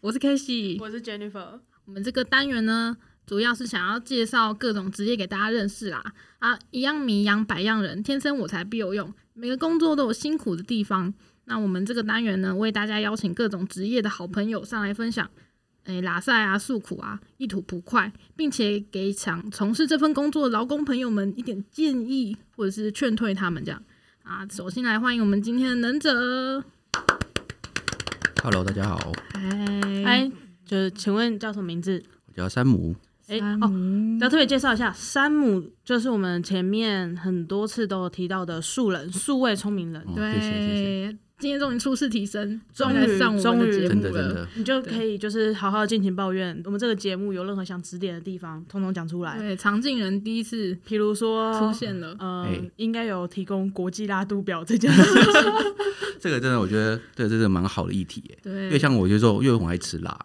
我是 k a s e y 我是 Jennifer。我们这个单元呢，主要是想要介绍各种职业给大家认识啦。啊，一样米养百样人，天生我材必有用。每个工作都有辛苦的地方。那我们这个单元呢，为大家邀请各种职业的好朋友上来分享，诶，拉塞啊、诉苦啊、一吐不快，并且给想从事这份工作的劳工朋友们一点建议，或者是劝退他们这样。啊，首先来欢迎我们今天的能者， Hello，大家好，哎哎、就是请问叫什么名字？我叫山姆。哎、山哦，要特别介绍一下，山姆就是我们前面很多次都有提到的数人，数位聪明人，哦对，谢谢谢谢，今天终于初试提升，终于来上我们终于节真目的真了。的，你就可以就是好好尽情抱怨。我们这个节目有任何想指点的地方，通通讲出来。对，常进人第一次比如说，出现了，呃，哎应该有提供国际拉度表这件事情。这个真的我觉得对，这是蛮好的议题耶。因为对，像我就说，因为我很爱吃辣，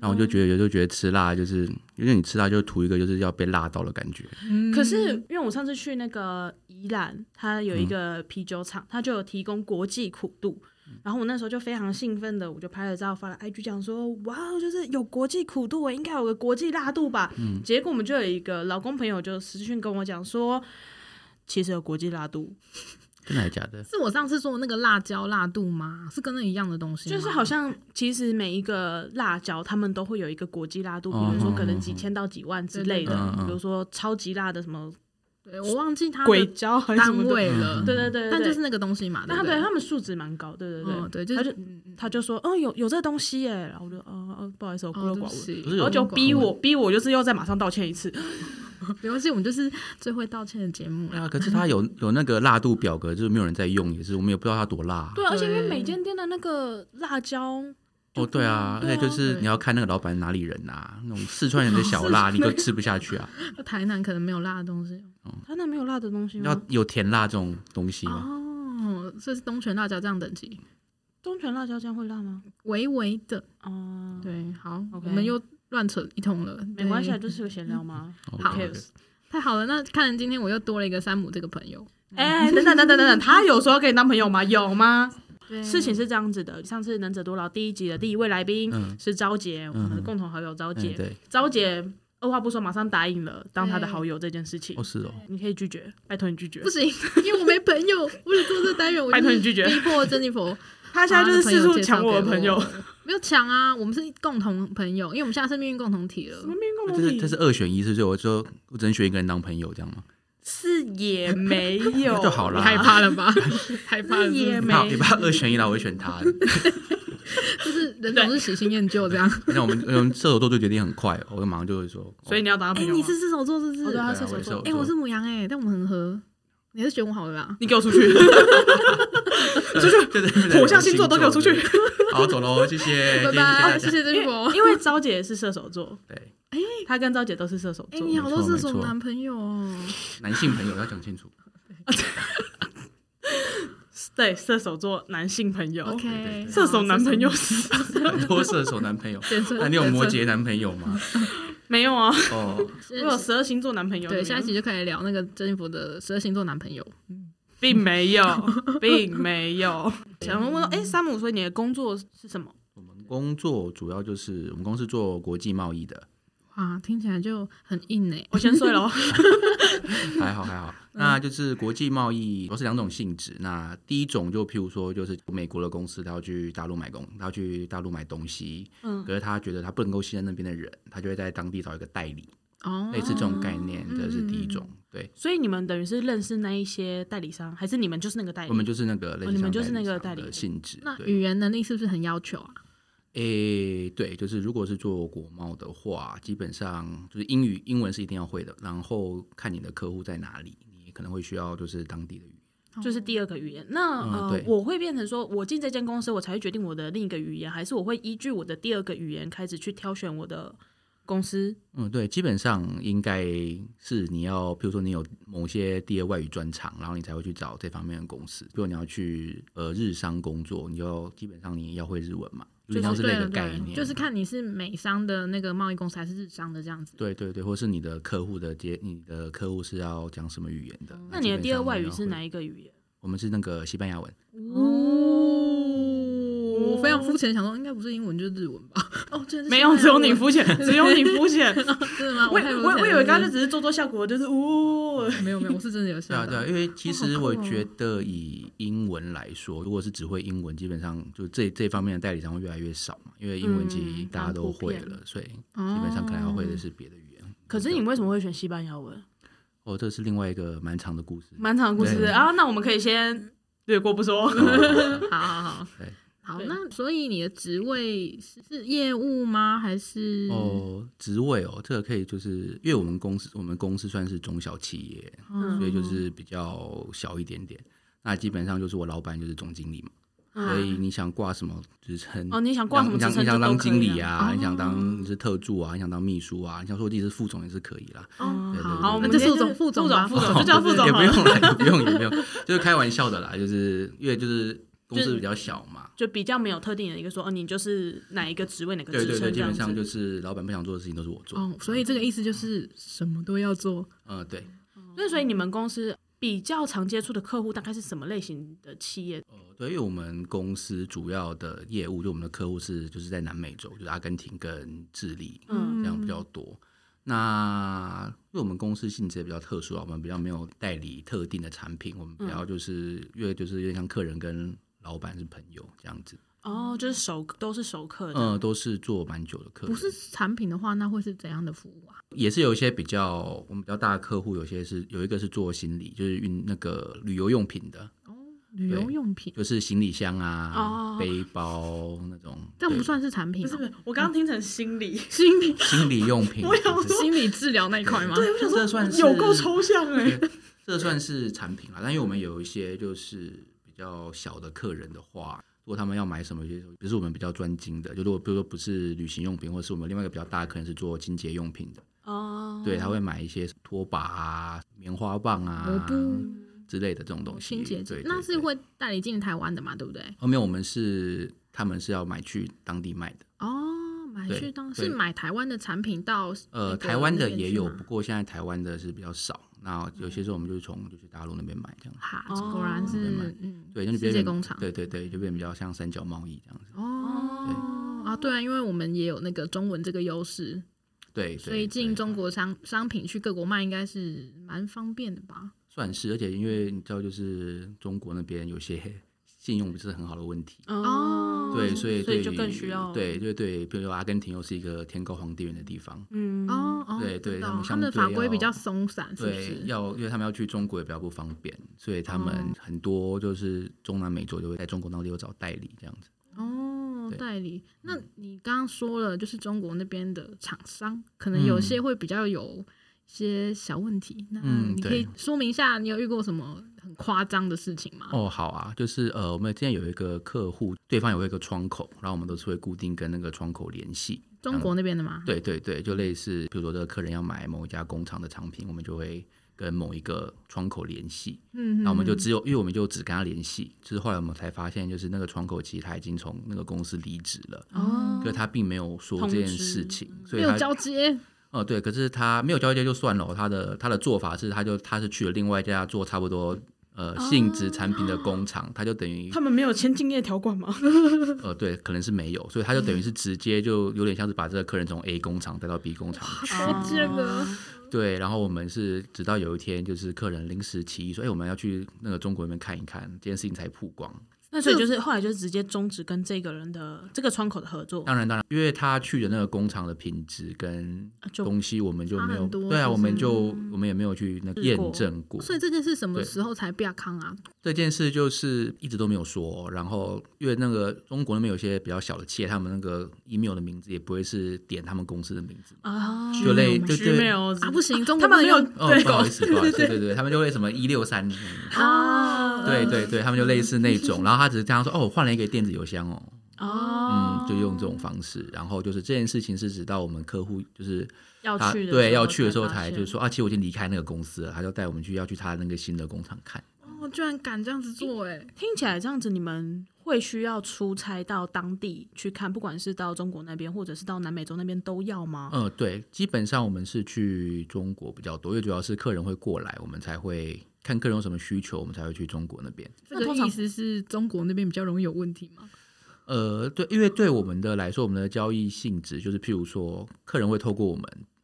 然后我就觉得有时候觉得吃辣就是，因为你吃辣就图一个就是要被辣到的感觉。嗯可是，因为我上次去那个宜兰，它有嗯一个啤酒厂，它就有提供国际苦度。嗯然后我那时候就非常兴奋的，我就拍了照发了 IG，讲说哇，哦就是有国际苦度，欸应该有个国际辣度吧。嗯结果我们就有一个老公朋友就私讯跟我讲说，其实有国际辣度，真的还假的？是我上次说的那个辣椒辣度吗？是跟那一样的东西吗，就是好像其实每一个辣椒他们都会有一个国际辣度，比哦如说可哦能哦几千到几万之对对类的，对嗯嗯比如说超级辣的什么对我忘记它鬼的椒还是什么单的，位了，对对对对，嗯但就对是那个东西嘛，那对他不对对？他们素质蛮高，对对对。嗯，对，就他是就嗯嗯他就说，哦，有有这东西耶，然后我就，哦哦，不好意思，我孤陋哦，对不寡闻，起不是然后有就孤陋寡逼闻我，逼我就是又再马上道歉一次，没关系，我们就是最会道歉的节目对啦。啊，可是它有有那个辣度表格，就是没有人在用，也是我们也不知道它多辣。对，而且因为对每间店的那个辣椒，哦，对啊，对啊而且就是对你要看那个老板哪里人啊，那种四川人的小辣你都吃不下去啊，那台南可能没有辣的东西它那没有辣的东西要吗？有甜辣这种东西吗？哦，这是东泉辣椒这样等级，东泉辣椒酱会辣吗？微微的，哦，对，好，我 OK 们又乱扯一通了，没关系啊，对就是个闲聊嘛。哦好 OK， Who OK cares 太好了，那看今天我又多了一个山姆这个朋友，哎，等等等等等 等，他有说可以当朋友吗？有 吗？对事情是这样子的，上次《能者多劳》第一集的第一位来宾嗯是昭杰，我们的嗯共同好友昭嗯杰。对，昭杰二话不说，马上答应了当他的好友这件事情哦。是哦，你可以拒绝，拜托你拒绝不。行，因为我没朋友，我只做这单元，我拜就托你 是拒绝逼迫珍妮佛，他现在就是四处抢我的朋友把，他的朋友介绍给我，没有抢啊，我们是共同朋友，因为我们现在是命运共同体了什。么命运共这同是这体是二选一，是不是？我说我只能选一个人当朋友，这样吗？是也没 有那就好你啦害怕了 吧？害怕了是不是也是没怕你怕二选一啦，我会选他。就是人总是喜新厌旧这样。那我们我们射手座就决定很快，我就马上就会说，哦所以你要当他哎，朋友你吗。是射手座是不哦对是？啊，对啊射手我也是座。我哎，我是母羊哎，但我们很合，你还是选我好了啦。你给我 出去！出去，对对对对，火象星座都给我出去对。好，走喽，谢谢，拜拜，谢谢谢大家。谢珍妮因佛为。因为昭姐也是射手座，对，她跟昭姐都是射手哎，座。你好多没错射没手错男朋友哦。男性朋友要讲清楚。对射手座男性朋友 OK，射手男朋友好是很多射手男朋友，健身那你有摩？羯男朋友吗？没有啊？哦，健我身有十二星座男朋友。对，你们下一集就可以聊那个珍妮佛的十二星座男朋友。并没 有，并没有。想问问说，哎、山姆，所以你的工作是什么？我们工作主要就是我们公司做国际贸易的，哇，听起来就很硬哎、我先睡了哦。还好还好。那就是国际贸易，都是两种性质。那第一种就譬如说，就是美国的公司，他要去大陆买工，他要去大陆买东西，嗯，可是他觉得他不能够信任那边的人，他就会在当地找一个代理， 哦，类似这种概念，这是第一种。对，所以你们等于是认识那一些代理商，还是你们就是那个代理？我们就是那个类似哦你们像就是那个代代理理商的性质。那对，语言能力是不是很要求啊？诶，对，就是如果是做国贸的话，基本上就是英语、英文是一定要会的，然后看你的客户在哪里，你可能会需要就是当地的语言。就是第二个语言。那、嗯呃对，我会变成说，我进这间公司，我才会决定我的另一个语言，还是我会依据我的第二个语言开始去挑选我的公司？嗯，对，基本上应该是你要，比如说你有某些第二外语专长，然后你才会去找这方面的公司。比如你要去呃日商工作，你就基本上你要会日文嘛，就就是是是对那了个对啊概了念，啊就是看你是美商的那个贸易公司还是日商的这样子。对对对，或是你的客户的接，你的客户是要讲什么语言的？那你的基本上第二外语要是会哪一个语言？我们是那个西班牙文。哦，我非常肤浅，想说应该不是英文就是日文吧？ 哦，真的是没有，西只班牙有文你肤浅，只有你肤浅。真的吗？ 我以太肤我浅了我以为刚刚是不就只是做做效果，就是哦， 是没有没有，我是真的有对啊，吓对到啊，。因为其好实酷我哦觉得以英文来说，如果是只会英文，基本上就这这方面的代理商会越来越少嘛，因为英文其实嗯大家蛮都普会遍了，所以基哦本上可能要会的嗯是别的语言。可是你为什么会选西班牙文？哦，这是另外一个蛮长的故 事。蛮长的故事对啊，那我们可以先略过不说。嗯哦好好好对，好，对那所以你的职位是是业务吗？还是哦，职位哦，这个可以就是因为我们公司我们公司算是中小企业，嗯所以就是比较小一点点。那基本上就是我老板就是总经理嘛，所以你想挂什么职称啊哦，你想挂什么你职想称你就想都当可经以理啊。啊，你想当你是特助啊，你想当秘书啊，你想说自己是副总也是可以啦。哦嗯对对对好，好，我那们就今是天总副总总吧，副总哦就叫副总 也好不了，用啦，也不用，也不用，就是开玩笑的啦，就是因为就是公就司是比较小嘛，就比较没有特定的一个说哦，你就是哪一个职位哪个对职对称对，这基样本上子。就是老板不想做的事情都是我做。哦，所以这个意思就是什么都要做。嗯，对，那所以你们公司比较常接触的客户大概是什么类型的企业？呃，对，因为我们公司主要的业务，就我们的客户是就是在南美洲，就是阿根廷跟智利嗯这样比较多。那因为我们公司性质也比较特殊啊，我们比较没有代理特定的产品，我们比嗯较就是、因为就是有点像客人跟老板是朋友这样子，哦，就是熟都是熟客的。嗯、都是做蛮久的客人，不是产品的话，那会是怎样的服务啊？也是有一些比较我们比较大的客户，有些是有一个是做行李，就是运那个旅游用品的，旅游用品，就是行李箱啊、哦背包那种，但对不算是产品不哦，是不是，我刚刚听成心理，嗯心理行李用品，啊我想就是说心理治疗那一块吗？这这算是有够抽象哎、对这算是产品啦。但因为我们有一些就是比较小的客人的话，如果他们要买什么，就是比如说我们比较专精的，就如果比如说不是旅行用品，或是我们另外一个比较大的客人是做清洁用品的，哦，对，他会买一些拖把啊、棉花棒抹啊布之类的这种东西。清洁对剂，，对那是。对会代理进台湾的嘛？对不对？后面我们是他们是要买去当地卖的。哦，买对去当对是买台湾的产品到美呃，国台湾的那边也去嗯有，吗不过现在台湾的是比较少。那有些时候我们就是从就去大陆那边买这样。哈，哦果然对是买嗯，对，就是世别界人工厂对对对，就变比较像三角贸易这样子。哦啊，对啊，因为我们也有那个中文这个优势，对，所以对对进中国商商品去各国卖应该是蛮方便的吧？算是，而且因为你知道，就是中国那边有些 信用不是很好的问题，哦对，所以所对以于就更需要对对对，比如说阿根廷又是一个天高皇帝远的地方，嗯哦哦，对真的对他哦们他们的相对法规比要较松散，是不对，是？要因为他们要去中国也比较不方便，所以他们哦很多就是中南美洲就会在中国当地又找代理这样子。哦，对嗯代理。那你刚刚说了，就是中国那边的厂商，可能有些会比较有一些小问题。那嗯你可以对说明一下，你有遇过什么很夸张的事情吗？哦，好啊，就是呃，我们之前有一个客户，对方有一个窗口，然后我们都是会固定跟那个窗口联系。中国那边的吗？对对对，就类似，比如说这个客人要买某一家工厂的产品，我们就会跟某一个窗口联系，嗯，嗯，那我们就嗯只有，因为我们就只跟他联系，就是后来我们才发现，就是那个窗口其实他已经从那个公司离职了，哦可是他并没有说这件事情，所没以有他交 接哦、对，可是他没有交接就算了哦，他的他的做法是，他就他是去了另外一家做差不多。呃，哦性质产品的工厂，他就等于他们没有签竞业条款吗？ 呃，对，可能是没有，所以他就等于嗯是直接就有点像是把这个客人从 A 工厂带到 B 工厂去，好这个哦对，然后我们是直到有一天，就是客人临时起意说，哎、我们要去那个中国那边看一看，这件事情才曝光。那所以就是后来就是直接终止跟这个人的这个窗口的合作，当然，当然，因为他去的那个工厂的品质跟就东西，我们就差没有，很多对是啊，不我们是就我们也没有去那个试验过证过。所以这件事什么对时候才比较康啊？这件事就是一直都没有说，哦然后因为那个中国那边有些比较小的企业，他们那个 email 的名字也不会是点他们公司的名字，啊，就类就虚没对。有啊，不行，中他国不能们没有用哦，不好意思，不好意思，对对对，他们就会什么一六三，哦啊，对对对，他们就类似那种，然后他只是这样说，哦，我换了一个电子邮箱哦，哦嗯，，就用这种方式。然后就是这件事情是直到我们客户就是要他去的对时候要去的时候发才现就是说啊，其实我已经离开那个公司了，他就带我们去要去他那个新的工厂看。哦，居然敢这样子做，哎，听起来这样子，你们会需要出差到当地去看，不管是到中国那边，或者是到南美洲那边都要吗？嗯、对，基本上我们是去中国比较多，因为主要是客人会过来，我们才会看客人有什么需求，我们才会去中国那边。这那个通常意思是中国那边比较容易有问题吗？呃，对，因为对我们的来说，我们的交易性质就是，譬如说，客人会透过我们，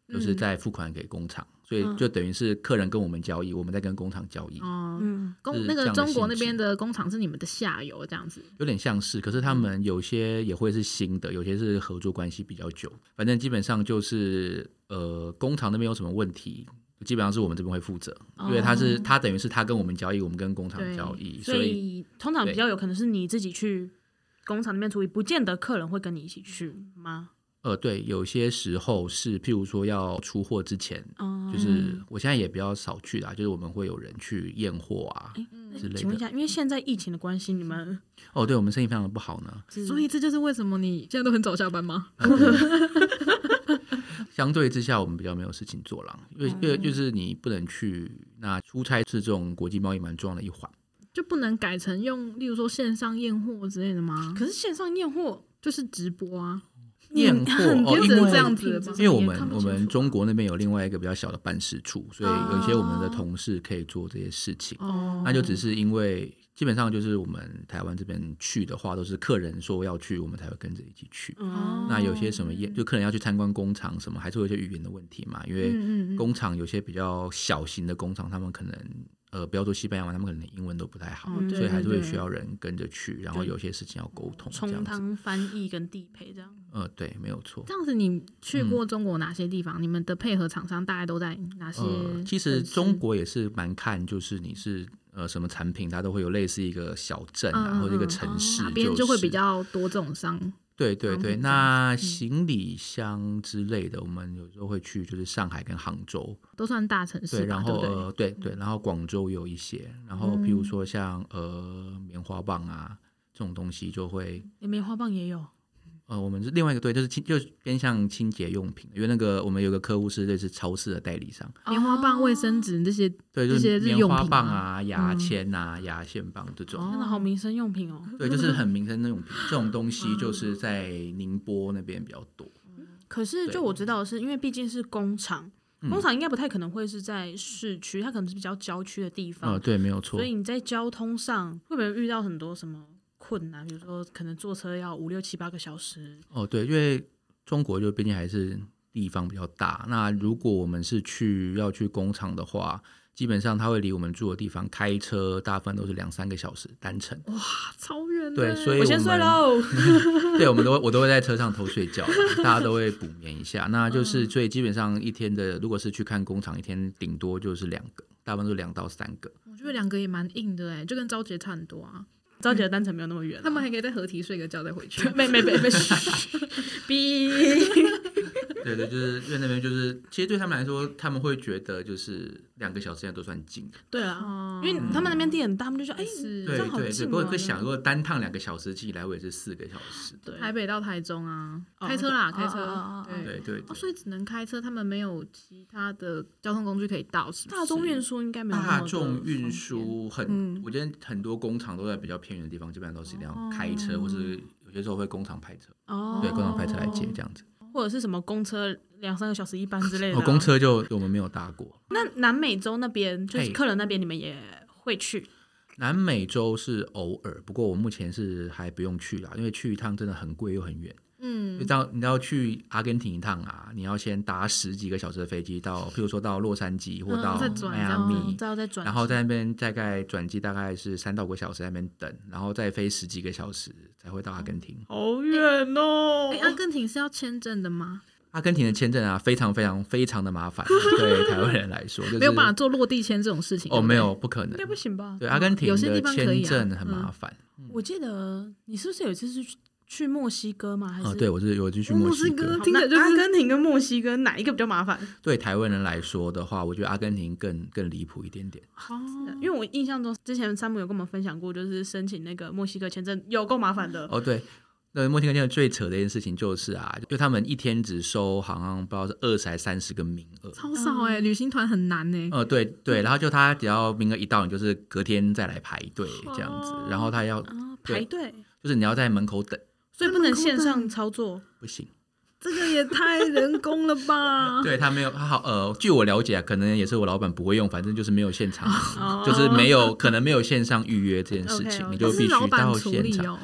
就是在付款给工厂，所以就等于是客人跟我们交易，我们在跟工厂交易，哦，嗯，工是那这个样的中国那性质边的工厂是你们的下游这样子，有点像是。可是他们有些也会是新的，有些是合作关系比较久。反正基本上就是，呃，工厂那边有什么问题。基本上是我们这边会负责，因为他是、哦他等于是他跟我们交易，我们跟工厂交易，所所以以通常比对较有可能是你自己去工厂那边处理，不见得客人会跟你一起去吗？呃，对，有些时候是譬如说要出货之前，嗯，就是我现在也比较少去啦，就是我们会有人去验货啊。那之类的请问一下，因为现在疫情的关系，你们哦，对，我们生意非常的不好 呢，所以这就是为什么你现在都很早下班吗？相对 之下我们比较没有事情做了，因为嗯因为就是你不能去，那出差是这种国际贸易蛮重要的一环。就不能改成用，例如说线上验货之类的吗？可是线上验货，就是直播啊，验你货很哦跟因着为这样子的吗，因为我也们看不我清们楚啊中国那边有另外一个比较小的办事处，所以有一些我们的哦同事可以做这些事情。哦，那就只是因为基本上就是我们台湾这边去的话，都是客人说要去，我们才会跟着一起去。哦那有嗯些什么业，就客人要去参观工厂什么，还是会有一些语言的问题嘛，因为嗯嗯嗯工厂有些比较小型的工厂，他们可能呃，不要说西班牙文，他们可能英文都不太好，哦对所以还是对会对需要人跟着去，然后有些事情要沟通这充样子。当翻译跟地陪这样。呃，对，没有错。这样子，你去过中国哪些地方？你们的配合厂商大概都在哪些城市、呃，其实中国也是蛮看，就是你是呃什么产品，它都会有类似一个小镇啊，嗯或者一个嗯城市、哪是，边就会比较多这种商，对对商对，品这样嗯那行李箱之类的，我们有时候会去，就是上海跟杭州，都算大城市对，吧，然对嗯后不对？呃，对对，然后广州也有一些，然后譬如说像呃棉花棒啊这种东西，就会连棉花棒也有，呃，我们是另外一个对，就是清就是偏向清洁用品，因为那个我们有个客户是类似超市的代理商，棉花棒、卫生纸这些，啊对，这就些是日棉用花品棒吗嗯啊、牙签啊、牙线棒这种，哦真的好民生用品哦。对，就是很民生那种品，这种东西就是在宁波那边比较哦多。可是就对我知道的是，因为毕竟是工厂，嗯工厂应该不太可能会是在市区，它可能是比较郊区的地呃，哦方，对，没有错所。以你在交通上会不会遇到很多什么困难？比如说可能坐车要五六七八个小时，哦，对，因为中国就毕竟还是地方比较大。那如果我们是去要去工厂的话，基本上它会离我们住的地方开车大部分都是两三个小时单程。哦啊超远的对欸。所我以哎我先睡们喽。 对，我们都会我都会在车上偷睡觉啦，大家都会补眠一下。那嗯就是所以基本上一天的，如果是去看工厂，一天顶多就是两个，大部分都是两到三 个。我觉得两个也蛮硬的哎，就跟朝杰差很多啊。着急的单程没有那么远啊，他们还可以在合体睡个觉再回去。没没没没， 嘘哔。对对，就是因为那边就是，其实对他们来说，他们会觉得就是两个小时现在都算近。对啊，哦因为他们那边地很大，他们就说哎，是这对样好对近对，哦不过会想，如果单趟两个小时，其实来回也是四个小时。对台北到台中啊，哦开车啦，对开哦车哦哦哦。哦对对哦，对所以只能开车，他们没有其他的交通工具可以到，是不是大众运输应该没有那么大的众方运便。输很，嗯我觉得很多工厂都在比较偏远的地方，基本上都是一定要开车，哦或是有些时候会工厂派车，哦，对，工厂派车来接这样子。或者是什么公车两三个小时一班之类的、啊哦，公。车就我们没有搭过。那南美洲那边就是嘿客人那边，你们也会去？南美洲是偶尔，不过我目前是还不用去啦，因为去一趟真的很贵又很远。嗯就，到你要去阿根廷一趟啊，你要先搭十几个小时的飞机到，譬如说到洛杉矶或到嗯再转迈这阿样密，再哦要再转机，然后在那边大概转机大概是三到五个小时在那边等，然后再飞十几个小时才会到阿根廷。好远哦哎，阿根廷是要签证的吗？阿根廷的签证啊，非常非常非常 的麻烦，对台湾人来说，就是没有办法做落地签这种事情。哦，对不没对，有不可应能该。不行吧？对阿根廷有些地的方可以签啊证很嗯麻烦。我记得你是不是有一次是去去墨西哥吗？还是、哦，对，我是我就去哦墨墨西西哥好哥。听起来那就是阿根廷跟墨西哥哪一个比较麻烦？对台湾人来说的话，我觉得阿根廷更更离谱一点点。哦因为我印象中之前山姆有跟我们分享过，就是申请那个墨西哥签证有够麻烦的。哦，对，那墨西哥签证最扯的一件事情就是啊，就他们一天只收好像不知道是二十还三十个名额。超少嗯哎，旅行团很难 哎。呃，对对，然后就他只要名额一到，你就是隔天再来排队这样子，哦然后他要啊，对排队，就是你要在门口等，所以不能线上操作。不行。！这个也太人工了吧 对他没有，他好呃，据我了解啊，可能也是我老板不会用，反正就是没有现场，哦哦就是没有可能没有线上预约这件事情， OK，OK 你就这必哦是老须板到处现理场。哦，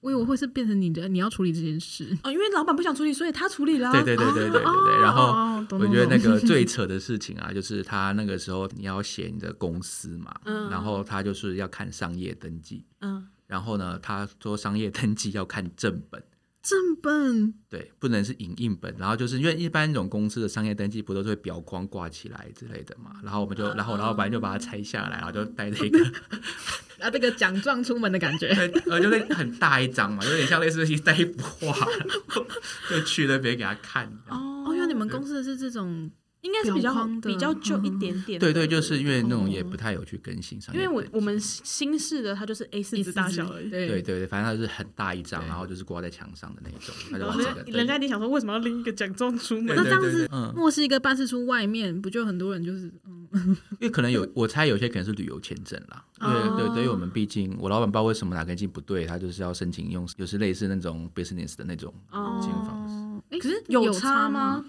我以为会是变成你的，你要处理这件事。哦，因为老板不想处理，所以他处理了。对对对对对对对。然后哦懂我懂觉得那懂个最扯的事情啊，就是他那个时候你要写你的公司嘛，嗯然后他就是要看商业登记，嗯，然后呢，他说商业登记要看正本。正本对，不能是影印本。然后就是因为一般这种公司的商业登记不都是会裱框挂起来之类的嘛，然后我们就，然后我老板就把它拆下来，然后就带着一个，啊，这个奖状出门的感觉。很呃，就是很大一张嘛，有点像类似于带一幅画，然后就去那边给他看。哦哦，原来你们公司的是这种，应该是比较表框的比较旧一点点的。嗯对对，就是因为那种也哦不太有去更新商因业为登记，我我们新式的它就是 A 四意纸思大是小而已。对对对对，反正它是很大一张，对然后就是挂在墙上的那一种，他就然把后这人个家哦人家一定想说，为什么要拎一个奖状出对门那？这对样对子对嗯，墨西哥办事处外面不就很多人就是嗯因为可能有，我猜有些可能是旅游签证啦。对哦对对，因为我们毕竟我老板不知道为什么哪根筋不对，他就是要申请用，就是类似那种 business 的那种哦经营方式。诶可是嗯有差吗？？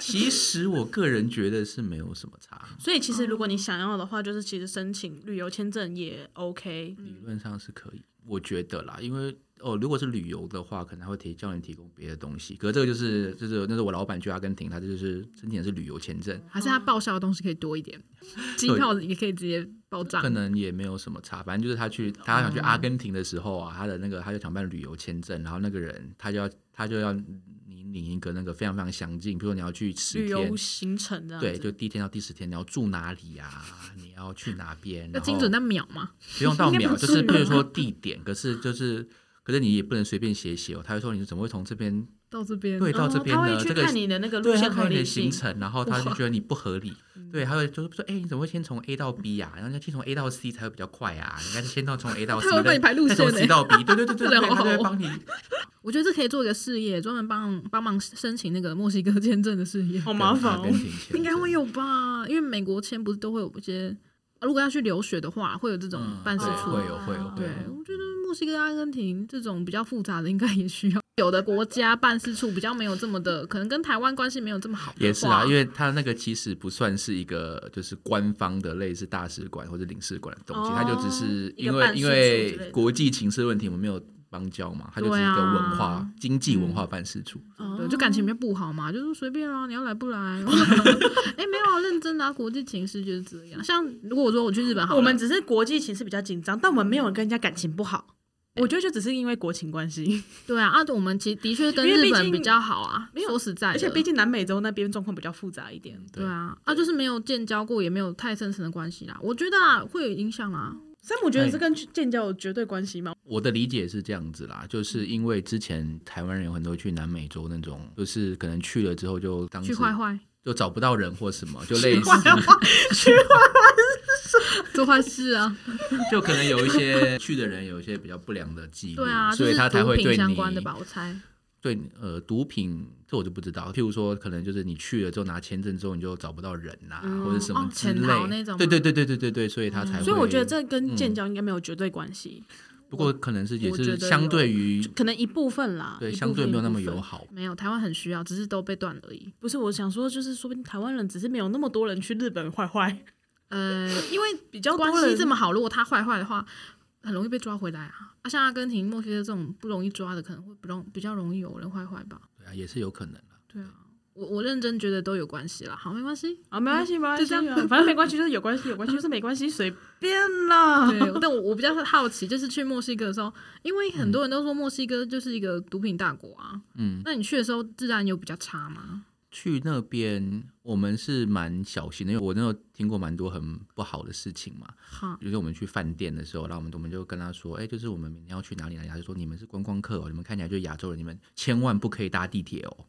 其实我个人觉得是没有什么差，所以其实如果你想要的话，就是其实申请旅游签证也 OK。理论上是可以，我觉得啦，因为。哦，如果是旅游的话，可能他会提叫你提供别的东西。可是这个就是就是那是我老板去阿根廷，他就是申请的是旅游签证， 还是他报销的东西可以多一点，机票也可以直接报账可。能也没有什么差，反正就是他去，他哦想去阿根廷的时候啊，他的那个他就想办旅游签证，然后那个人他就要他就要你领一个那个非常非常详尽，比如说你要去十旅天游，行程这样对，子，就第一天到第十天你要住哪里啊， 你要去哪边，要然后精准到秒嘛？不用到应该秒，不就至是于比如吧说地点，可是就是。可是你也不能随便写写哦，他就说你怎么会从这边到这边对到这边哦他呢？会去这个看你的那个路对，他线合看你理的性。行程，然后他就觉得你不合理，嗯对，他会就是说，哎、你怎么会先从 A 到 B 呀、啊？然后要先从 A 到 C 才会比较快啊，你应该是先到从 A 到 C，他会帮你排路再从线 C 欸到 B，对对对对这人对，他好就会好哦帮你。我觉得这可以做一个事业，专门帮帮忙申请那个墨西哥签证的事业，好麻烦哦跟。停签应该会有吧？因为美国签不是都会有一些，如果要去留学的话，会有这种嗯办事对处。会有会有会对有，哎我觉得墨西哥、阿根廷这种比较复杂的，应该也需要。有的国家办事处比较没有这么的，可能跟台湾关系没有这么好的话。也是啊，因为他那个其实不算是一个就是官方的类似大使馆或者领事馆的东西，他就只是哦一因个为办事因处为之类的国际情势问题，我们没有邦交嘛，他就是对一个文啊化、经济文嗯化办事处。对，就感情比较不好嘛，就是随便啊，你要来不来？哎、没有啊，认真的、啊，国际情势就是这样。像如果我说我去日本好了，我们只是国际情势比较紧张，但我们没有跟人家感情不好。我觉得就只是因为国情关系，对啊，啊，我们其实的确跟因为毕日本竟比较好啊。没有说实哎在的，而且毕竟南美洲那边状况比较复杂一点。对啊，啊，就是没有建交过，也没有太深层的关系啦。我觉得啊，会有影响啦。山姆觉哎得这跟建交有绝对关系吗？我的理解是这样子啦，就是因为之前台湾人有很多去南美洲那种，就是可能去了之后就当去时坏坏，就找不到人或什么，就类似做坏事啊， 就可能有一些去的人有一些比较不良的记忆，对啊，就 所以是他才毒会品对相你关的吧，我猜。对你呃毒品这我就不知道，譬如说可能就是你去了之后拿签证之后你就找不到人呐、嗯或者什哦么之潜类，逃那种吗对对对对对对对，所以他才会。嗯所以我觉得这跟建交应该没有绝对关系，不过可能是也我觉得是有相对于可能一部分啦，嗯对一部相对分没有那么一部分友好。没有，台湾很需要，只是都被断而已。不是，我想说，就是说不定台湾人只是没有那么多人去日本坏坏，呃， 因为比较关多系人这么好，如果他坏坏的话，很容易被抓回来啊。啊，像阿根廷、墨西哥这种不容易抓的，可能会不容比较容易有人坏坏吧。对啊，也是有可能啦。对啊，我我认真觉得都有关系啦。好，没关系。啊，没关系，没关就系这样啊，反正没关系，就是有关系，有关系就是没关系，随便啦。对，但我我比较好奇，就是去墨西哥的时候，因为很多人都说墨西哥就是一个毒品大国啊，嗯，那你去的时候自然有比较差吗？去那边我们是蛮小心的，因为我那时候听过蛮多很不好的事情嘛。哈，比如说我们去饭店的时候，然后我们我们就跟他说，哎、就是我们明天要去哪里哪里，他就说你们是观光客哦，你们看起来就是亚洲人，你们千万不可以搭地铁哦。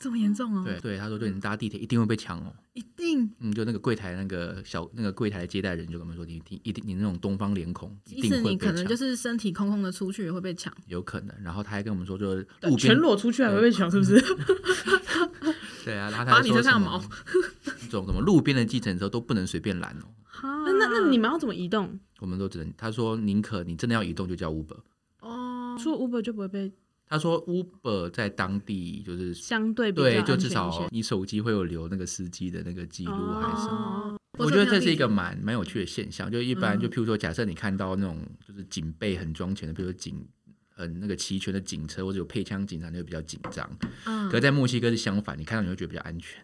这么严重哦？对，对，他说对你搭地铁一定会被抢哦。一定嗯，就那个柜台那个小那个柜台的接待人就跟我们说，你你一定你那种东方脸孔即一使定会你被可抢，能就是身体空空的出去也会被抢，有可能。然后他还跟我们说，就是路全边裸出去还会被抢，是不是？对啊，然后他拔还你说身什上的么这种什么路边的计程车都不能随便拦哦。哈 那那那你们要怎么移动？我们都只能他说宁可你真的要移动就叫 Uber。哦，说 Uber 就不会被他说 Uber 在当地就是相对比较对，就安全至一少些。你手机会有留那个司机的那个记录还是什么。哦，我我觉得说没有这是一例子个蛮蛮有趣的现象，就一般嗯就譬如说，假设你看到那种就是警备很装全的，比如说警呃很那个齐全的警车或者有配枪警察，你会比较紧张。嗯可是在墨西哥是相反，你看到你会觉得比较安全。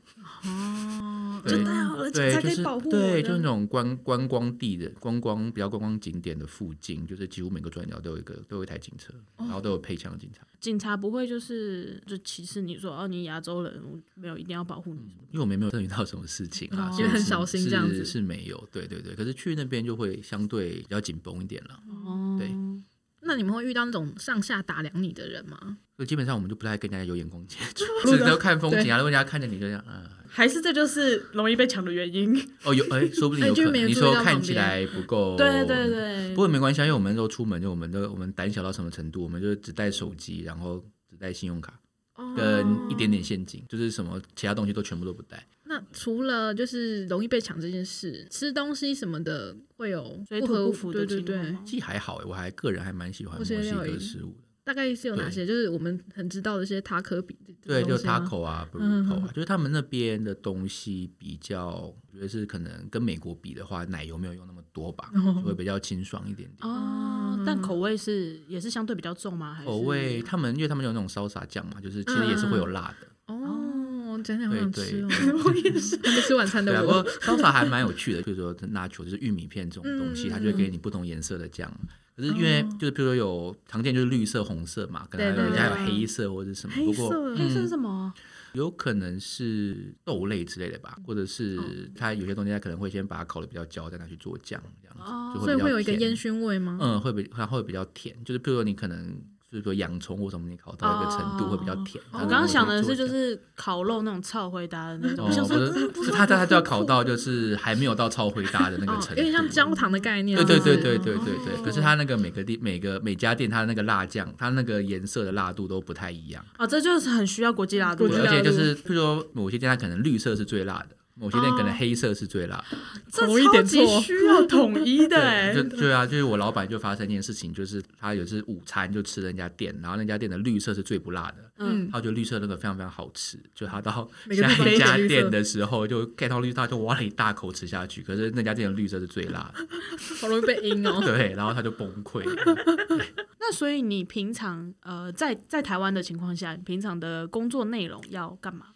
哦，对就真戴好的了，对，才可就以是保护我对，的。就是那种观观光地的观光比较观光景点的附近，就是几乎每个转角都有一个都有一台警车，哦然后都有配枪的警察。警察不会就是就歧视你说哦，你亚洲人，我没有一定要保护你。因为我们也没有遇到什么事情啊，哦所因以为很是小心这样子是是没有。对对对，可是去那边就会相对比较紧绷一点了。哦，对那你们会遇到那种上下打量你的人吗？，所以基本上我们就不太跟人家有眼光接触 只能看风景啊。如果人家看着你就这样，嗯，还是这就是容易被抢的原因。哦有哎，说不定哎有就可没有能。你注意到说旁看起边来不够，对对。对，不过没关系啊，因为我们都出门，就我们都我们胆小到什么程度，我们就只带手机，然后只带信用卡哦跟一点点现金，就是什么其他东西都全部都不带。那除了就是容易被抢这件事，吃东西什么的会有水不土合不服的对对情况对吗，其实还好哎，我还个人还蛮喜欢不墨是西料理哥食物的。大概是有哪些？就是我们很知道的一些塔可比这对，种就东西吗 taco 啊嗯，burrito 啊，就是他们那边的东西比较，我觉得是可能跟美国比的话，奶油没有用那么多吧，哦就会比较清爽一点点。哦，但口味是也是相对比较重吗？还是口味，他们因为他们有那种烧洒酱嘛，就是其实也是会嗯有辣的。哦，讲讲好想吃哦，对我也 是还没吃晚餐对啊，的不我 过。烧洒还蛮有趣的，比如说 nacho 就是玉米片这种东嗯西，嗯哦它就会给你不同颜色的酱。可是因为就是比如说有常见就是绿色、红色嘛，可能还对有对人家对有黑色或者是什么，黑不过嗯色黑色是什么？有可能是豆类之类的吧，或者是它有些东西它可能会先把它烤的比较焦，再拿去做酱这样子，哦就所以比较会有一个甜烟熏味吗？嗯，会比它会比较甜，就是比如说你可能就是说洋葱或什么，你烤到一个程度会比较甜。它我刚可能刚会想的做是就酱是烤肉那种超回答的那种，哦我想，说嗯不是，不是他他他就要考到就是还没有到超回答的那个哦，程有度，点像焦糖的概念。对对对是不对是对对哦对。可是他那个每个地每个每家店，他那个辣酱，他那个颜色的辣度都不太一样，哦，这就是很需要国际辣国度际对，而辣了，且度就是譬如说某些店它可能绿色是最辣的，某些店可能黑色是最辣的，这同一点超级错需要统 一的哎对，就对啊，就是我老板就发生一件事情，就是他有一次午餐就吃人家店，然后那家店的绿色是最不辣的，嗯，他觉得绿色那个非常非常好吃，就他到每个地下方都一家有绿色店的时候，就看到绿色他就挖了一大口吃下去，可是那家店的绿色是最辣的，好容易被阴哦。对，然后他就崩溃了。 那所以你平常呃在在台湾的情况下，你平常的工作内容要干嘛？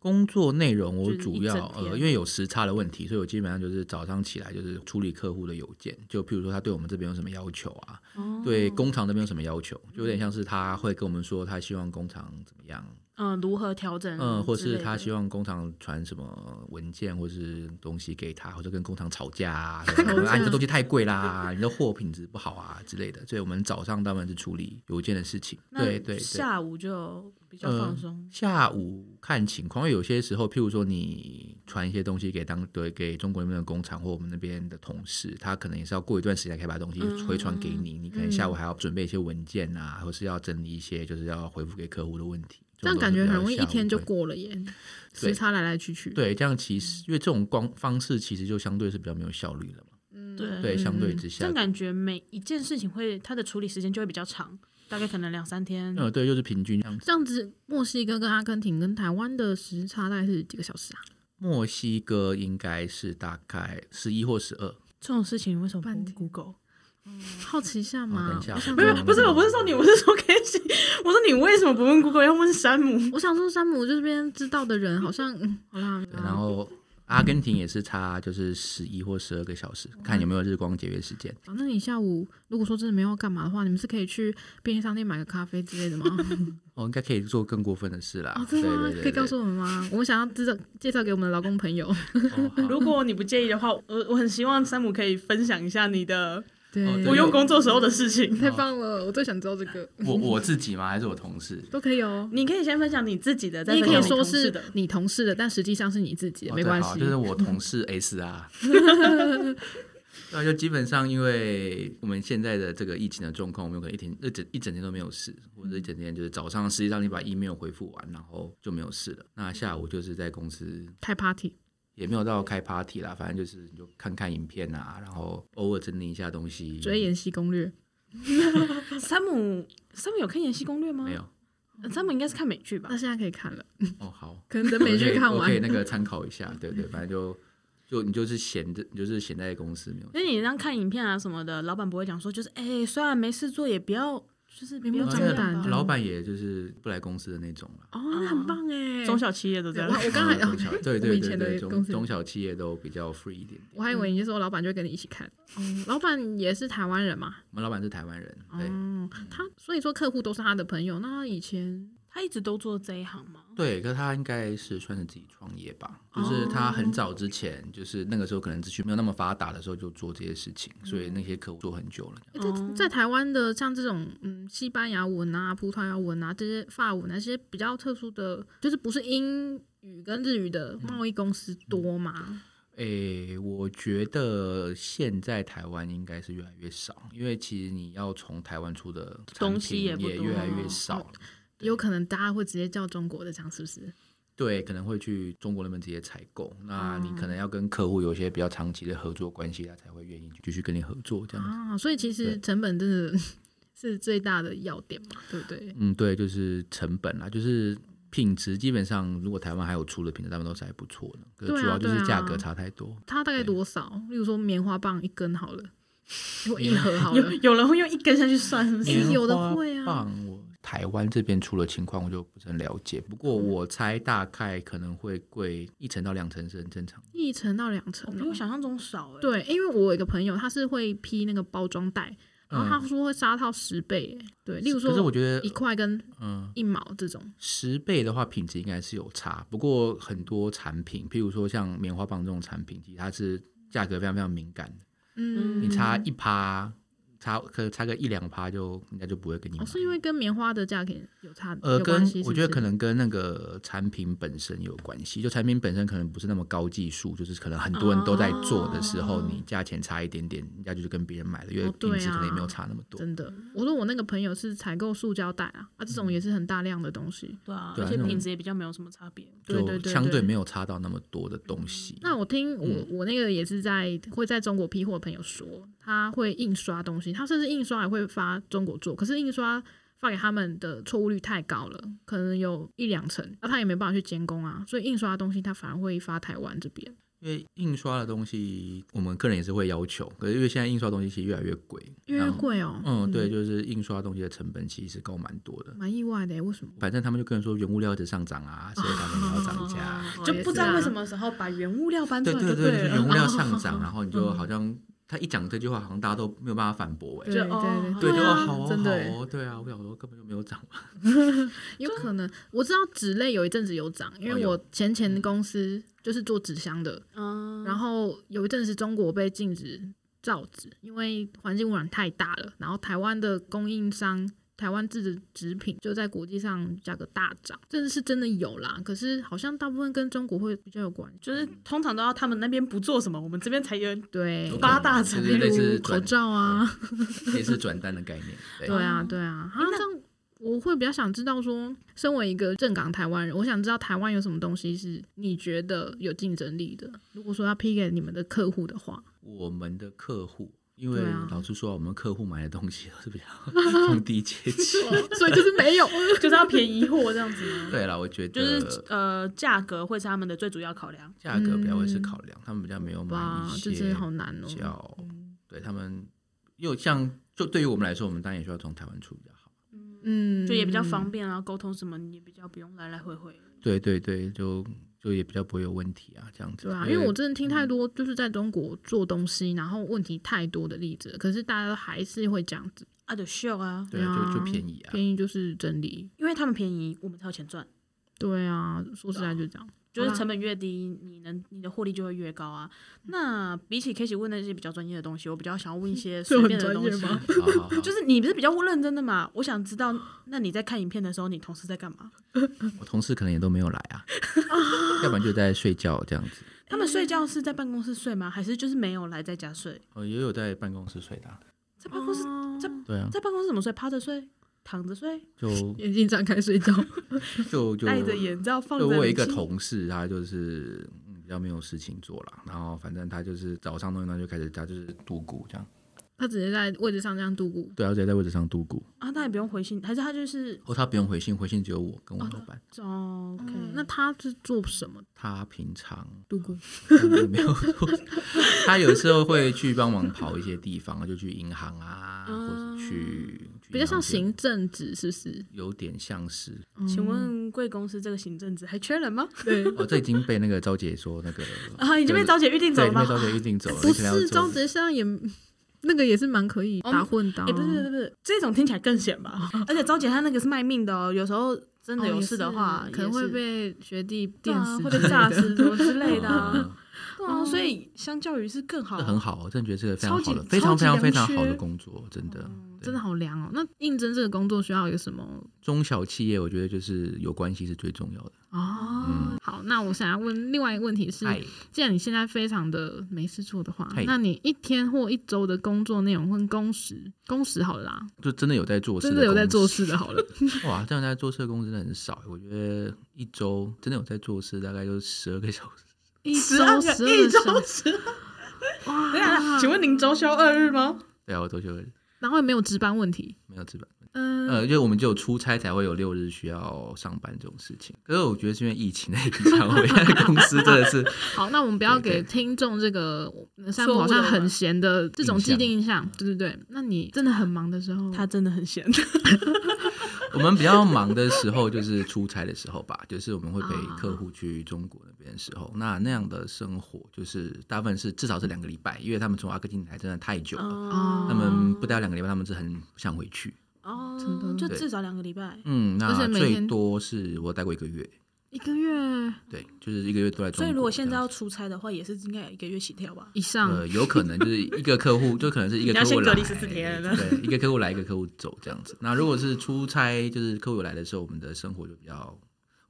工作内容我就是一主整要天呃，因为有时差的问题，所以我基本上就是早上起来就是处理客户的邮件，就譬如说他对我们这边有什么要求啊，哦对工厂那边有什么要求，就有点像是他会跟我们说他希望工厂怎么样，嗯、如何调整？嗯，或是他希修。望工厂传什么文件或是东西给他，或者跟工厂吵 架啊，吵架啊，你这东西太贵啦，你的货品质不好啊之类的。所以我们早上当然是处理邮件的事情，那对对嗯对。下午就比较放松。下午看情况，因为有些时候，譬如说你传一些东西给当对给中国那边的工厂或我们那边的同事，他可能也是要过一段时间才可以把东西嗯回传给你，你可能嗯下午还要准备一些文件啊，或是要整理一些就是要回复给客户的问题。这样感觉很容易这一种都是比较下午天就会过了耶，对时差来来去去。对，这样其实因为这种光方式其实就相对是比较没有效率的嘛。嗯，对对，嗯相对之这下样，感觉每一件事情会它的处理时间就会比较长，大概可能两三天。嗯，对，就是平均这样子。这样子，墨西哥跟阿根廷跟台湾的时差大概是几个小时啊？墨西哥应该是大概十一或十二。这种事情为什么半不天 Google？好奇一下哦嘛，等一下我想没有说不是我不是说你我是说 Casey，我说你为什么不问 Google 要问山姆？我想说，山姆这边知道的人好像，嗯，好啦，对，然后阿根廷也是差就是十一或十二个小时，看有没有日光节约时间。啊那你下午如果说真的没有要干嘛的话，你们是可以去便利商店买个咖啡之类的 吗？哦，应该可以做更过分的事啦。哦，对真的吗对？对，可以告诉我们吗？我们想要知道介绍给我们的劳工朋友。我如果你不介意的话，我我很希望山姆可以分享一下你的对，哦对哦不用工作时候的事情。太棒了，我最想知道这个，我我自己吗？还是我同事？都可以哦。你可以先分享你自己的，再你也分可以享你说同事是 的。你同事的，但实际上是你自己的，哦没对关好系就。是我同事 S 啊。那就基本上，因为我们现在的这个疫情的状况，我们有可能一天一整一整天都没有事，或者一整天就是早上，实际上你把 email 回复完，然后就没有事了。那下午就是在公司开 party，也没有到开 party 啦，反正就是你就看看影片啊，然后偶尔整理一下东西。追《延禧攻略》山姆，山姆有看《延禧攻略》吗？没有。呃。山姆应该是看美剧吧那？现在可以看了， 哦，好，可能等美 我可剧以看我完可以。那个参考一下，对对，反正就就你就是闲着，你就是闲在公司没有。因为你让看影片啊什么的，老板不会讲说就是哎、虽然没事做也不要就是明不要目这张样胆吧的老板也就是不来公司的那种了。哦，那很棒哎，嗯中小企业都这样我。我刚才哦中小对我对以对前对，的中公司中小企业都比较 free 一点。 我还以为你是说老板就会跟你一起看，哦，老板也是台湾人嘛，我们老板是台湾人，对、哦，他所以说客户都是他的朋友，那他以前他一直都做这一行吗？对，可是他应该是算是自己创业吧，就是哦他很早之前，就是那个时候可能资讯没有那么发达的时候就做这些事情，所嗯以那些客户做很久了。欸在在台湾的像这种嗯西班牙文啊、葡萄牙文啊这些法文啊这些比较特殊的，就是不是英语跟日语的贸易公司多嗯吗？诶、我觉得现在台湾应该是越来越少，因为其实你要从台湾出的产东西品也也不多越来越哦少了。有可能大家会直接叫中国的这样，是不是？对，可能会去中国那边直接采购，那你可啊能要跟客户有一些比较长期的合作关系，他才会愿意继续跟你合作这样子。啊，所以其实对成本真的 是最大的要点嘛，对不对？嗯，对，就是成本啦，就是品质基本上，如果台湾还有出的品质，他们都是还不错的，可对啊主要就对是啊价格差太多。它大概对多少？例如说棉花棒一根好了，我一棉盒好 有了， 有人会用一根下去算，是不棉是？欸有的棉花会啊棒我台湾这边出了情况，我就不是很了解，不过嗯我猜大概可能会贵一成到两成是很正常的。一层到两层我哦、 比我想象中少哎、，对，因为我有一个朋友，他是会批那个包装袋，然后嗯他说会杀到十倍耶，对，例如可是说我觉得一块跟嗯。一毛这种，十倍的话，品质应该是有差。不过很多产品，譬如说像棉花棒这种产品，其实它是价格非常非常敏感的。嗯，你差一趴，差可差个一两趴，就应该就不会给你买。哦，是因为跟棉花的价格有差呃，有跟关系是不我是，觉得可能跟那个产品本身有关系。就产品本身可能不是那么高技术，就是可能很多人都在做的时候，哦你价钱差一点点，人家就是跟别人买了，因为哦对啊品质可能也没有差那么多。真的。我说我那个朋友是采购塑胶袋啊，啊，这种嗯也是很大量的东西。对啊，对啊而且那种品质也比较没有什么差别。对对就对相对对没有差到那么多的东西。那我听我、嗯我那个也是在会在中国批货的朋友说，他会印刷东西，他甚至印刷也会发中国做，可是印刷发给他们的错误率太高了，可能有一两成，那他也没办法去监工啊，所以印刷的东西他反而会发台湾这边。因为印刷的东西，我们个人也是会要求，可是因为现在印刷东西其实越来越贵，因为然后贵哦，嗯，对，就是印刷东西的成本其实高蛮多的。蛮意外的耶，欸为什么？反正他们就跟人说原物料一直上涨啊，所以他们也要涨价。啊就不知道为什么。么时候把原物料搬出对来对对，就是对原了。物料上涨，然后你就好像他一讲这句话，好像大家都没有办法反驳哎、对就对哦对对，就对说啊，好哦真好的耶哦，对啊，我想说根本就没有涨嘛。有可能。我知道纸类有一阵子有涨，因哦为有我前前公司就是做纸箱的，嗯，然后有一阵子中国被禁止造纸，因为环境污染太大了。然后台湾的供应商，台湾制的纸品就在国际上价格大涨，这是真的有啦。可是好像大部分跟中国会比较有关系，就是通常都要他们那边不做什么，我们这边才有对，有可能八大产对例业对类似如口转罩啊，也是转单的概念，嗯对对哦啊，对啊，好像这样。我会比较想知道说，身为一个正港台湾人，我想知道台湾有什么东西是你觉得有竞争力的。如果说要批给你们的客户的话，我们的客户。因为对啊老实说，我们客户买的东西都是比较中低阶级。所以就是没有。 就是要便宜货这样子吗？对了，我觉得就是呃，价格会是他们的最主要考量。价格比较会是嗯考量，他们比较没有买哇一，这真些的好难比哦。较，对他们又像就对于我们来说，我们当然也需要从台湾出比较好。嗯，就也比较方便啊，沟通什么你也比较不用来来回回。对对对，就就也比较不会有问题啊，这样子。对啊，因为我真的听嗯太多，就是在中国做东西，然后问题太多的例子了，可是大家都还是会这样子，啊，就秀啊，对啊就就便宜啊，便宜就是真理。因为他们便宜，我们才有钱赚。对啊，说实在就这样。就是嗯好啦成本越低，你能你的获利就会越高啊。那比起 K 姐问那些比较专业的东西，我比较想要问一 些随便的东这很西。专业吗好好好，就是你不是比较认真的嘛？我想知道，那你在看影片的时候，你同事在干嘛？我同事可能也都没有来 啊，要不然就在睡觉这样子。他们睡觉是在办公室睡吗？还是就是没有来在家睡？哦，也有在办公室睡的啊、在办公室、这对啊，在办公室怎么睡？趴着睡，躺着睡，就 眼睛张开睡觉，就就戴着眼罩放着就耳机。我有一个同事，他就是嗯比较没有事情做啦，然后反正他就是早上弄一弄就开始，他就是独孤这样，他只是在位置上这样度过。对啊，直接在位置上度过。啊，那也不用回信，还是他就是哦，他不用回信，回信只有我跟我老板。哦，OK，、嗯那他是做什么？他平常度过？嗯没有 做，他有时候会去帮忙跑一些地方，就去银行啊，或哦者去比较像，去银行行政职是不是？嗯界有点像是请问贵公司这个行政职还缺人吗？对，哦，这已经被那个招姐说那个啊，已经被招姐预定走对，了已经吗被？招姐预定走了，不你可能要是做张杰现在也 那个也是蛮可以打混的、啊哎、不是不是不是，这种听起来更险 吧？而且招姐她那个是卖命的哦，有时候真的哦有也事的是话，可能也会是被学弟对电啊死会之被类炸的死什么之类的啊、嗯 对啊，所以相较于是更好这很好，我真的觉得这个非常好超级的，非常非常非常超级好良的缺工作，真的。对真的好凉哦。那应征这个工作需要有什么？中小企业，我觉得就是有关系是最重要的。哦，嗯好，那我想要问另外一个问题是，爱既然你现在非常的没事做的话嗨，那你一天或一周的工作内容跟工时，工时好了啦，就真的有在做事，真的有在做。事的好了，哇，这样在做事的工资真的很少欸，我觉得一周真的有在做事，大概就是十二个小时。 一十周二十个一二周啊小时，十 二。哇等一下， 请问您周休二日吗？对啊，我都就然后也没有值班问题，没有值班，嗯、呃，因为我们只有出差才会有六日需要上班这种事情。可是我觉得是因为疫情的影响，我们现在公司真的是好，那我们不要对给对听众这个呃山错姆误好像的很闲的这种印象既定印象，对对对。那你真的很忙的时候，他真的很闲，我们比较忙的时候就是出差的时候吧，就是我们会陪啊客户去中国那边的时候，那那样的生活就是大部分是至少是两个礼拜，因为他们从阿根廷来真的太久了，哦他们不待两个礼拜，他们是很不想回去。哦真，的就至少两个礼拜，嗯，而那且每天最多是我待过一个月，一个月对，就是一个月都在中国这样子。所以如果现在要出差的话，也是应该有一个月起跳吧？以上，呃，有可能就是一个客户，就可能是一你个客要户先来，隔离14天对，一个客户来，一个客户走这样子。那如果是出差，就是客户来的时候，我们的生活就比较，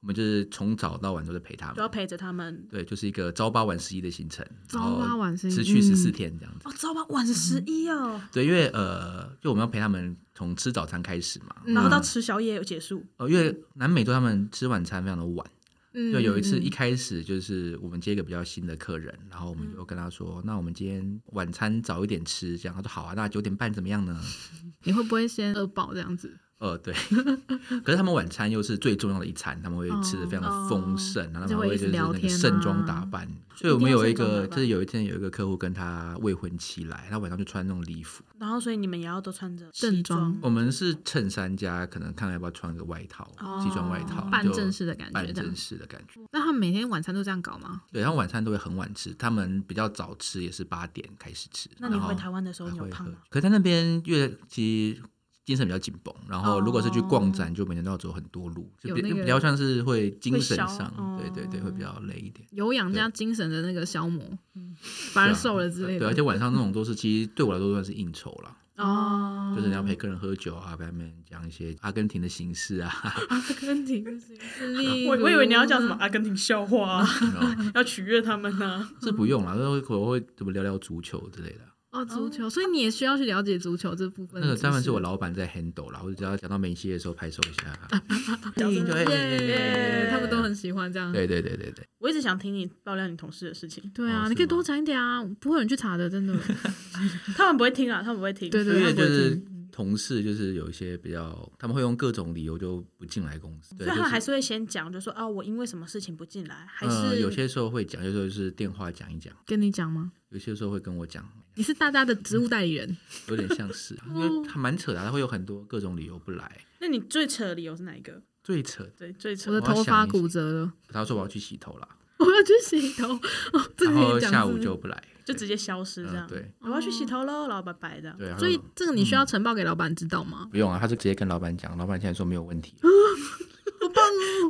我们就是从早到晚都在陪他们，就要陪着他们。对，就是一个朝八晚十一的行程，朝八晚十一然后持哦续十四嗯天这样子。哦，早晚晚十一哦，对，因为呃，就我们要陪他们从吃早餐开始嘛，嗯然后到那吃宵夜结束，呃，因为南美洲他们吃晚餐非常的晚，嗯就有一次嗯一开始就是我们接一个比较新的客人，然后我们就跟他说，那我们今天晚餐早一点吃，这样他说好啊，那九点半怎么样呢？你会不会先饿饱这样子？呃，对， 可是他们晚餐又是最重要的一餐，他们会吃的非常的丰盛，然哦后他就们会一会直就是聊那个天盛装打啊扮。所以我们一定要有一盛装个，打就是扮有一天有一个客户跟他未婚妻来，他晚上就穿那种礼服。然后所以你们也要都穿着西正装我们是衬衫加可能看看要不要穿个外套，哦哦西装外套，半就正式的感哦觉半这样正。式的感觉。那他们每天晚餐都这样搞吗？对，然后晚餐都会很晚吃，他们比较早吃，也是八点开始吃。那你然后回台湾的时候还你有会胖啊喝吗？可在那边因为其实精神比较紧绷，然后如果是去逛展，就每天都要走很多路，就有比那个比较像是会精神会消上，对对对，哦会比较累一点。有氧加精神的那个消磨，反而对啊瘦了之类对，而的。且晚上那种都是其实对我来说算是应酬啦，哦，啊就是你要陪客人喝酒啊，陪他们讲一些阿根廷的形式啊， 阿根廷的形式例我我以为你要讲什如么阿根廷笑话、啊， 然后要取悦他们啊呢、是不用啦，那会我会怎么聊聊足球之类的。哦，足球，所以你也需要去了解足球这部分。那个是当不然是是我老板在 handle 啦，我只要讲到梅西的时候拍手一下，啊哎耶，对他们都很喜欢这样。对对对对对， 我一直想听你爆料你同事的事情，对哦啊，是你可以多吗讲一点啊，不会有人去查的，真的。他们不会听啊，他们不会听。对因对，为他就们不会是听同事就是有一些比较，他们会用各种理由就不进来公司，所对，以他就们还是。是会先讲，就说啊，我因为什么事情不进来，还是、呃，有些时候会讲，有时候就是电话讲一讲，跟你讲吗？有些时候会跟我讲，你是大家的职务代理人，有点像是啊，因为他蛮扯的啊，他会有很多各种理由不来。那你最扯的理由是哪一个？最扯的，对，最扯我的我要头想发一下骨折了，他说我要去洗头啦，我要去洗头。哦，这个然可后以讲下是不午是就不来，就直接消失这嗯样。对我要去洗头喽，然后拜拜的。对，然后嗯所以这个你需要呈报给老板知道吗？不用啊，他就直接跟老板讲，老板现在说没有问题，哦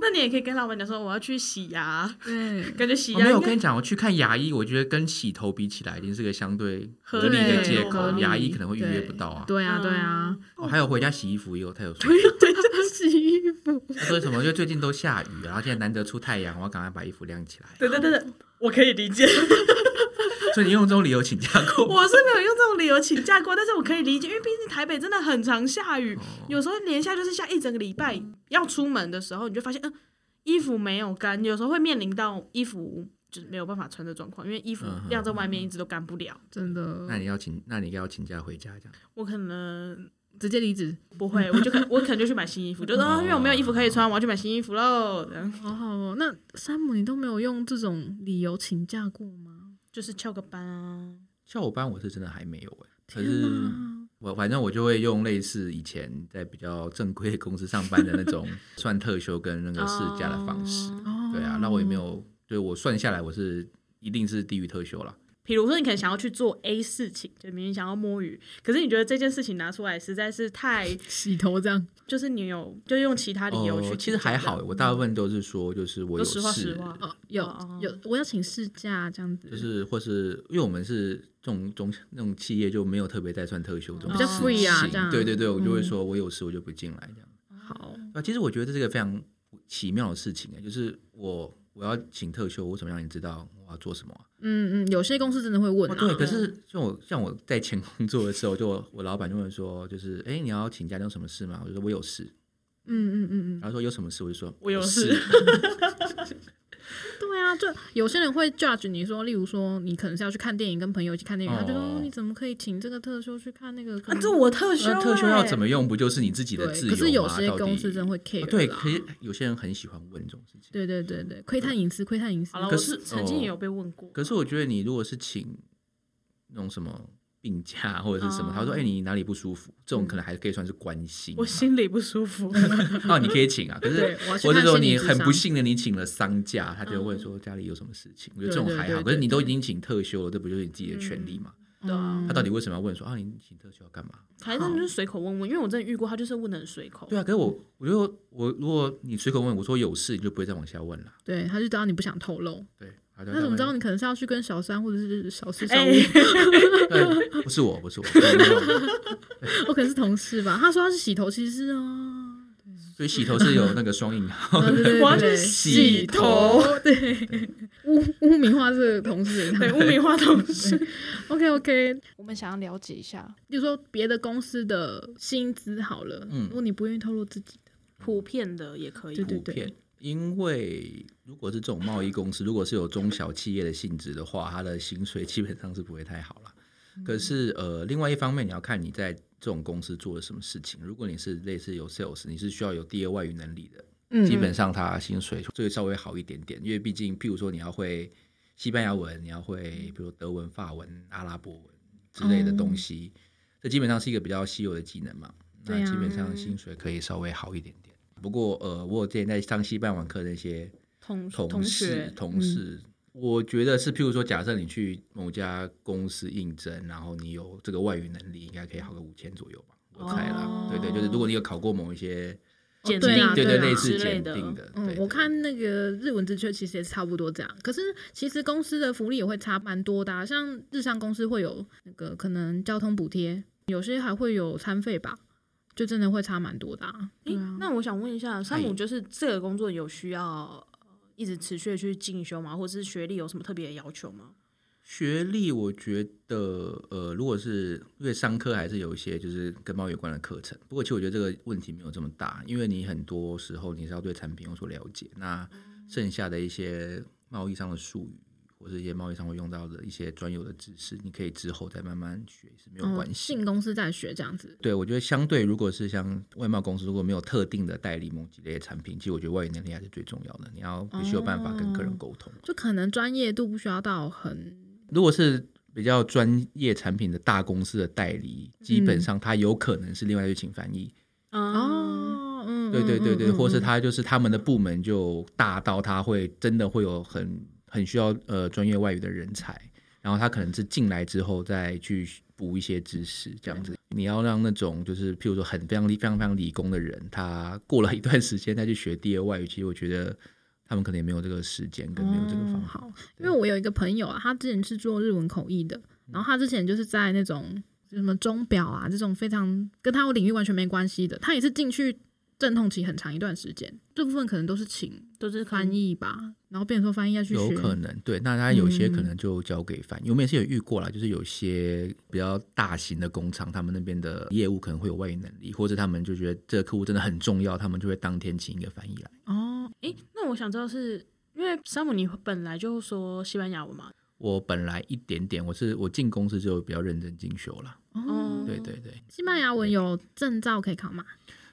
那你也可以跟老板讲说我要去洗牙，对，感觉洗我牙哦没有，应我该跟你讲，我去看牙医，我觉得跟洗头比起来，已经是个相对合合理的理借多口合。牙医理可能会预约不到啊。对啊，对 啊，哦还有回家洗衣服也有，他有说，洗衣服。他说什么？就最近都下雨，然后现在难得出太阳，我要赶快把衣服晾起来。对对对对，我可以理解。所以你用这种理由请假过？我是没有用这种理由请假过，但是我可以理解，因为毕竟台北真的很常下哦雨，有时候连下就是下一整个礼呃拜。要出门的时候，你就发现，嗯，衣服没有干，有时候会面临到衣服就是没有办法穿的状况，因为衣服嗯哼嗯晾在外面一直都干不了。真的那你要请，那你要请假回家这样。我可能直接离职，不会，我就 可我可能就去买新衣服，就说、哦、因为我没有衣服可以穿，我要去买新衣服喽。这样好好哦。那山姆，你都没有用这种理由请假过吗？就是翘个班啊，翘我班我是真的还没有哎、可天是哪，我反正我就会用类似以前在比较正规公司上班的那 种算特休跟那个事假的方式。哦哦，对啊，那我也没有，对我算下来我是一定是低于特休啦。比如说，你可能想要去做 A 事情，就明明想要摸鱼，可是你觉得这件事情拿出来实在是太，洗头这样，就是你有就用其他理由去、哦，其实还好、我大部分都是说就是我嗯都有实话事实，话。哦，有哦有，我要请事假这样子，就是或是因为我们是这种中那种企业就没有特别在算特休这种比较事 free 啊情这样对对对，我就会嗯说我有事我就不进来这样。好，啊，其实我觉得这是个非常奇妙的事情欸就是我我要请特休，我怎么让你知道我要做什么啊、嗯嗯，有些公司真的会问哦啊，对，可是像我像我在前工作的时候，就我我老板就问说，就是哎，你要请假，你有什么事吗？我就说我有事，嗯嗯嗯嗯，然后说有什么事，我就说我有事。 对啊，就有些人会 judge 你说，例如说你可能是要去看电影，跟朋友一起看电影，他就说哦哦你怎么可以请这个特休去看那个？可啊，能这我特休、那欸，特休要怎么用？不就是你自己对，的自由可吗？是有些到底公司真会啊 care，、对，可是有些人很喜欢问这种事情。对对对对，窥探隐私，窥探隐私好。了，可我是哦是曾经也有被问过，可是我觉得你如果是请那种什么病假或者是什哦么，他说：“哎、你哪里不舒服？”这种可能还可以算是关心嘛。我心里不舒 服。哦，你可以请啊。可对是我要去或者看说心理你咨很不商幸的，你请了丧假，他就会问说家里有什么事情。我觉得这对种对还对好，对可是你对嗯都已经请特休了，这不就是你自己的权利嘛？对啊他到底为什么要问说啊，你请特休要干嘛？反正就是随口问问，因为我真的遇过，他就是问的很随口。对啊，可是我我觉得我如果你随口问我说有事，你就不会再往下问了。对，他就知道你不想透露，对，他就那怎么知道会你可能是要去跟小三或者是小四、小五哎、，对，不是我，不是我，没有没有我可能是同事吧？他说他是洗头，其 实啊，所以洗头是有那个双引号的。对对对 我要去对洗头，对，污污名化这个同事，对，污名化同 事。 OK OK，我们想要了解一下比如说别的公司的薪资好了，嗯如果你不愿意透露自己的，普遍的也可以，对对普遍。因为如果是这种贸易公司，如果是有中小企业的性质的话，它的薪水基本上是不会太好啦。可是呃，另外一方面，你要看你在这种公司做了什么事情。如果你是类似有 sales，你是需要有第二外语能力的，嗯基本上它薪水就会稍微好一点点，因为毕竟譬如说你要会西班牙文，你要会比如德文、法文、阿拉伯文之类的东西，这基本上是一个比较稀有的技能嘛。对那啊基本上薪水可以稍微好一点点。不过呃，我有之前在上西班牙文课的那些同同事学，同事，我觉得是，譬如说，假设你去某家公司应征，然后你有这个外语能力，应该可以好个五千左右吧，我猜啦。哦对对，就是如果你有考过某一些，鉴对啊定对对啊类之似类检的定的，嗯对，，我看那个日文职缺其实也差不多这样，可是其实公司的福利也会差蛮多的、啊，像日商公司会有那个可能交通补贴，有些还会有餐费吧，就真的会差蛮多的、啊。诶，那我想问一下，山姆哎就是这个工作有需要呃一直持续地去进修吗？或者是学历有什么特别的要求吗？学历，我觉得呃，如果是因为商科还是有一些就是跟贸易有关的课程，不过其实我觉得这个问题没有这么大，因为你很多时候你是要对产品有所了解，那剩下的一些贸易上的术语或是一些贸易上会用到的一些专有的知识，你可以之后再慢慢学是没有嗯关系。进公司再学这样子，对，我觉得相对如果是像外贸公司，如果没有特定的代理某几类的产品，其实我觉得外语能力还是最重要的，你要必须有办法跟客人沟通。就可能专业度不需要到很如果是比较专业产品的大公司的代理，嗯基本上他有可能是另外去请翻译，嗯，哦，嗯，对对对对，嗯嗯嗯或是嗯他就是他们的部门就大到他会真的会有很很需要呃专业外语的人才，然后他可能是进来之后再去补一些知识这样子。你要让那种就是譬如说很非常理非常非常理工的人，他过了一段时间再去学第二外语，其实我觉得他们可能也没有这个时间跟没有这个方嗯法。好，因对为我有一个朋友啊，他之前是做日文口译的，然后他之前就是在那种什么钟表啊这种非常跟他领域完全没关系的，他也是进去阵痛期很长一段时间，这部分可能都是请都是翻译。译吧，然后变成说翻译要去学，有可能对，那他有些可嗯能就交给翻译。我们也是有遇过啦，就是有些比较大型的工厂，他们那边的业务可能会有外语能力，或者他们就觉得这个客户真的很重要，他们就会当天请一个翻译来。哦，诶，那我想知道是。因为山姆你本来就说西班牙文嘛，我本来一点点，我是我进公司就比较认真进修啦。嗯哦，对对对，西班牙文有证照可以考吗？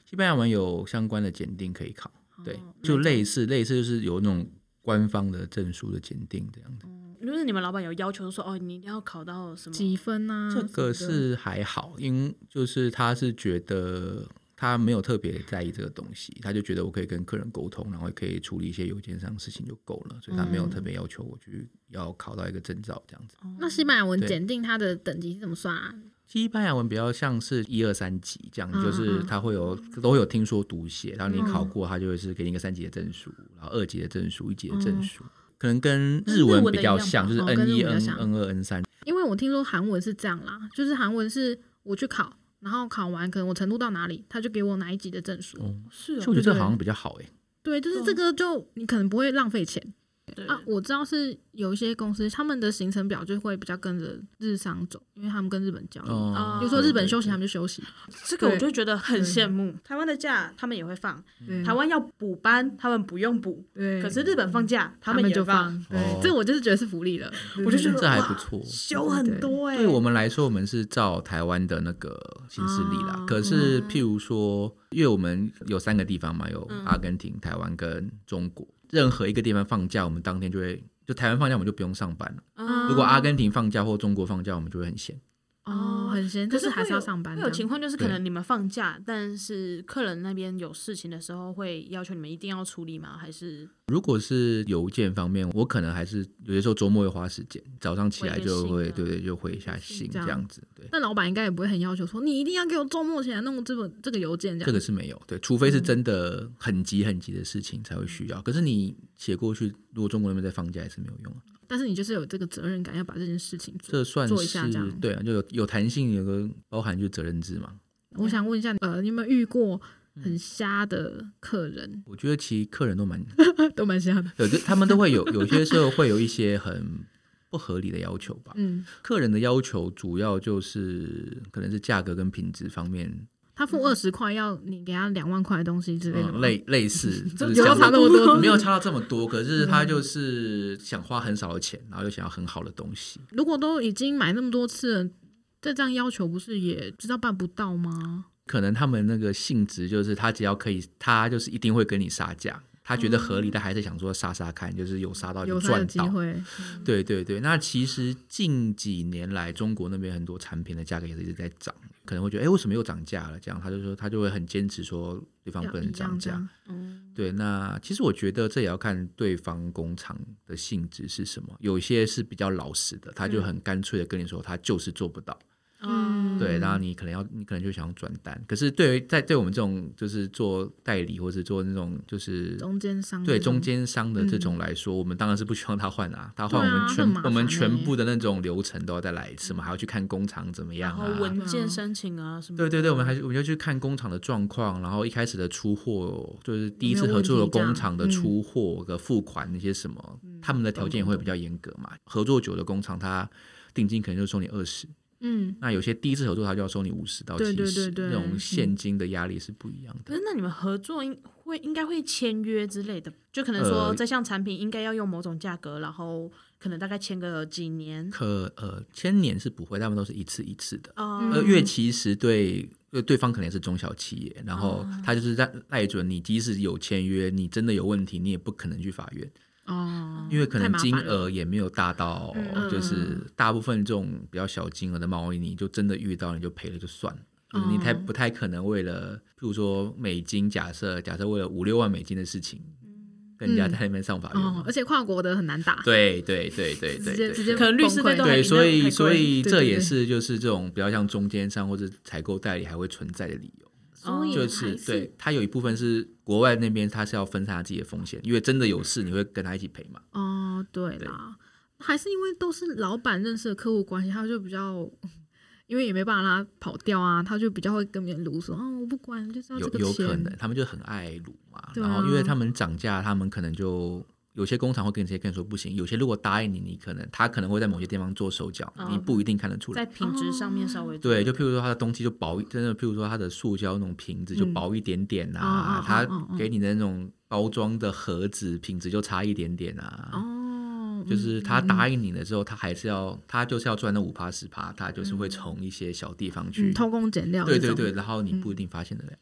西班牙文有相关的检定可以考，对哦，就类似类似就是有那种官方的证书的检定这样子。就是你们老板有要求说哦，你一定要考到什么？几分啊？这个什么的是还好，因就是他是觉得他没有特别在意这个东西，他就觉得我可以跟客人沟通，然后也可以处理一些邮件上的事情就够了，所以他没嗯有特别要求我去要考到一个证照这样子。那西班牙文对检定它的等级是怎么算啊？西班牙文比较像是一二三级这样，嗯就是嗯他会有都会有听说读写，然后你嗯考过，他就会是给你一个三级的证书，然后二级的证书，一级的哦证书。可能跟跟日日文文比的一样较吧像，就是哦 N 跟日文比一、较 N 像 N 二、N 三，因为我听说韩文是这样啦，就是韩文是我去考，然后考完可能我程度到哪里，他就给我哪一级的证书。哦是其实哦我觉得这个好像比较好欸诶。对，就是对这个就你可能不会浪费钱嗯对啊。我知道是有一些公司他们的行程表就会比较跟着日商走，因为他们跟日本交易。哦比如说日本休息，对他们就休息。这个我对就觉得很对羡慕。台湾的假他们也会放，对嗯台湾要补班他们不用补，对，可是日本放假他他们也就放，嗯放。对哦，这我就是觉得是福利了。 我就觉这得还哇不错。休很多哎。对我们来说，我们是照台湾的那个行事历啦啊。可是，譬如说，因为我们有三个地方嘛，有阿根廷、台湾跟中国，任何一个地方放假，我们当天就会。就台湾放假，我们就不用上班了。嗯如果阿根廷放假或中国放假，我们就会很闲。哦，很闲，可就是还会是要有上班会的。有情况就是可对能你们放假，但是客人那边有事情的时候，会要求你们一定要处理吗？还是如果是邮件方面，我可能还是有些时候周末会花时间，早上起来就回一个信会，啊对对，就回一下信这样这样子。对，那老板应该也不会很要求说你一定要给我周末前弄这本这个邮件这样。这个是没有，对，除非是真的很急很急的事情才会需要。可是你写过去，如果中国那边在放假也是没有用啊。但是你就是有这个责任感，要把这件事情做。这算做一下这是样对啊，就有有弹性，有个包含就是责任制嘛。我想问一下，呃，你有没有遇过嗯很瞎的客 人？我觉得其实客人都蛮，都蛮瞎的。对，就他们都会有有些时候会有一些很不合理的要求吧。嗯，客人的要求主要就是可能是价格跟品质方面，他付二十块，要你给他两万块的东西之类的嗯，吗。类 类似，就是有没有这样差 那么多？嗯没有差到这么多，可是他就是想花很少的钱，然后又想要很好的东西。如果都已经买那么多次了，再这样要求，不是也知道办不到吗？可能他们那个性质就是，他只要可以，他就是一定会跟你杀价。他觉得合理，但还是想说杀杀看，就是有杀到哦有啊就他的赚机到。会，对对对，那其实近几年来，中国那边很多产品的价格也是一直在涨，可能会觉得，哎，为什么又涨价了？这样他就说，他就会很坚持说对方要不能一涨样这价。样。嗯，对，那其实我觉得这也要看对方工厂的性质是什么，有些是比较老实的，他就很干脆的跟你说，他就是做不到。嗯对，然后你可能要，你可能就想要转单，可是对于在对我们这种就是做代理或是做那种就是中间商对这种中，间商的这种来说，我们当然是不希望他换啊，他换嗯对啊我们很全、麻烦我们全欸部的那种流程都要再来一次嘛，还要去看工厂怎么然样后啊。文件申请啊什么的，对对对，我们嗯还是我们就去看工厂的状况，然后一开始的出货，就是第一次合作的工厂嗯的出货的付款那些什么，他们的条件也会比较严格嘛。合作久的工厂，他定金可能就收你二十，嗯，那有些第一次合作他就要收你五十到对七对十，对对那种嗯现金的压力是不一样可的。是那你们合作应会应该会签约之类的，就可能说呃这项产品应该要用某种价格，然后可能大概签个几年。可呃，千年是不会，他们都是一次一次的。哦呃，因为其实对对对方可能也是中小企业，然后哦他就是在赖准你，即使有签约，你真的有问题，你也不可能去法院，哦，因为可太能麻金烦了额也没有大到嗯，就是大部分这种比较小金额的贸易，你就真的遇到你就赔了就算了。就是你太哦不太可能为了，譬如说美金，假设假设为了五六万美金的事情，跟人家嗯在那边上法院嘛哦，而且跨国的很难打，对对对对直对接对，直接可能律师费崩溃都还对，比所那还以贵所以对这对也对是就是这种比较像中间商或者采购代理还会存在的理由，所以就嗯还是哦对它有一部分是国外那边它是要分散它自己的风险，因为真的有事你会跟他一起赔嘛。哦，对对啦，还是因为都是老板认识的客户关系，他就比较， 因为也没办法让他跑掉啊，他就比较会跟别人撸说，哦，我不管，就是要这有个有钱，可能他们就很爱卤嘛，对啊然后因为他们涨价，他们可能就。有些工厂会跟你直接跟你说不行，有些如果答应你，你可能他可能会在某些地方做手脚，哦你不一定看得出来在。品质上面稍哦微对，就譬如说它的东西就薄一，真的，譬如说它的塑胶那种瓶子就嗯薄一点点哦哦啊哦，它哦哦给你的那种包装的盒子品质就差一点点啊。哦，就是嗯他嗯答应你的时候，他还是要，他就是要赚那五趴十趴，他就是会从一些小地方去嗯，偷工减料，对对对，，然后你不一嗯定发现得了。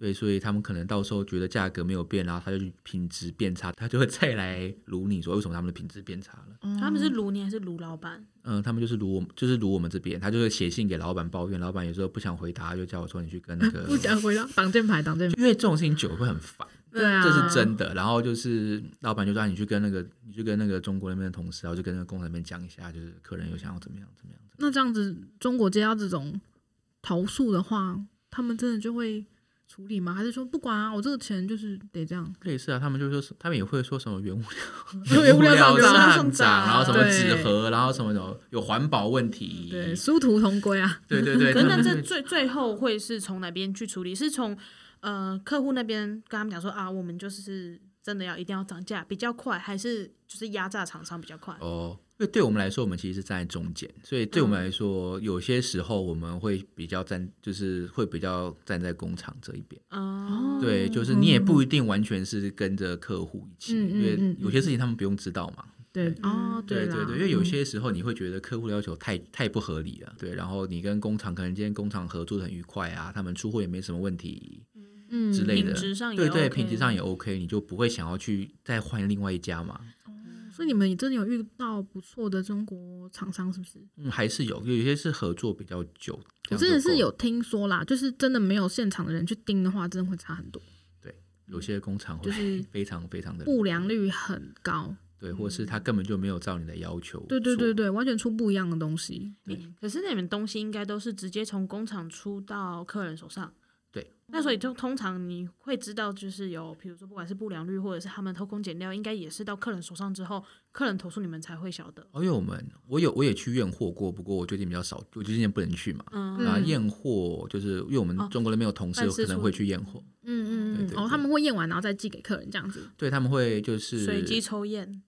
对，所以他们可能到时候觉得价格没有变，然后他就去品质变差，他就会再来撸你说为什么他们的品质变差了。嗯哦他们是卢你还是卢老板？嗯，他们就是撸我们，就是撸我们这边，他就会写信给老板抱怨，老板有时候不想回答，就叫我说你去跟那个 不，想回到挡箭牌，挡箭牌，因为这种事情久了会很烦，对啊，这是真的。然后就是老板就啊让你去跟那个，你去跟那个中国那边的同事，然后就跟那个工厂那边讲一下，就是客人有想要怎么样怎么样。那这样子，中国接到这种投诉的话，他们真的就会处理吗？还是说不管啊，我这个钱就是得这样？类似啊，他们就说是，他们也会说什么原物因料、为 原物料料上涨上涨，然后什么对纸盒，然后什么什么有环保问题，对，殊途同归啊。对对对，可是那他们这会最最后会是从哪边去处理？是从呃客户那边跟他们讲说啊，我们就是真的要一定要涨价比较快，还是就是压榨厂商比较快？哦，因为对我们来说，我们其实是站在中间，所以对我们来说，有些时候我们会比较站，就是会比较站在工厂这一边。哦，对，就是你也不一定完全是跟着客户一起，嗯嗯因为嗯有些事情他们不用知道嘛。对，哦，对嗯啦对对，因为有些时候你会觉得客户的要求太太不合理了，对，然后你跟工厂可能今天工厂合作的很愉快啊，他们出货也没什么问题嗯之类的，品质上也对对， OK 品质上也 OK，你就不会想要去再换另外一家嘛。所以你们真的有遇到不错的中国厂商，是不是？嗯，还是有，有些是合作比较久，我这样真的就够是了有听说啦，就是真的没有现场的人去盯的话，真的会差很多，有些工厂嗯就会是非常非常的不良率很高。对，或是他根本就没有照你的要求做，对对对对，完全出不一样的东西。诶嗯可是你们东西应该都是直接从工厂出到客人手上。对，那所以就通常你会知道，就是有比如说不管是不良率或者是他们偷工减料，应该也是到客人手上之后，客人投诉你们才会晓得。哦，因为我们我有我也去验货过，不过我最近比较少，我最近也不能去嘛。嗯，那嗯啊验货就是因为我们哦中国那边有同事办事可能处会去验货，嗯对嗯嗯，对哦，对他们会验完然后再寄给客人这样子。对他们会就是随机抽验。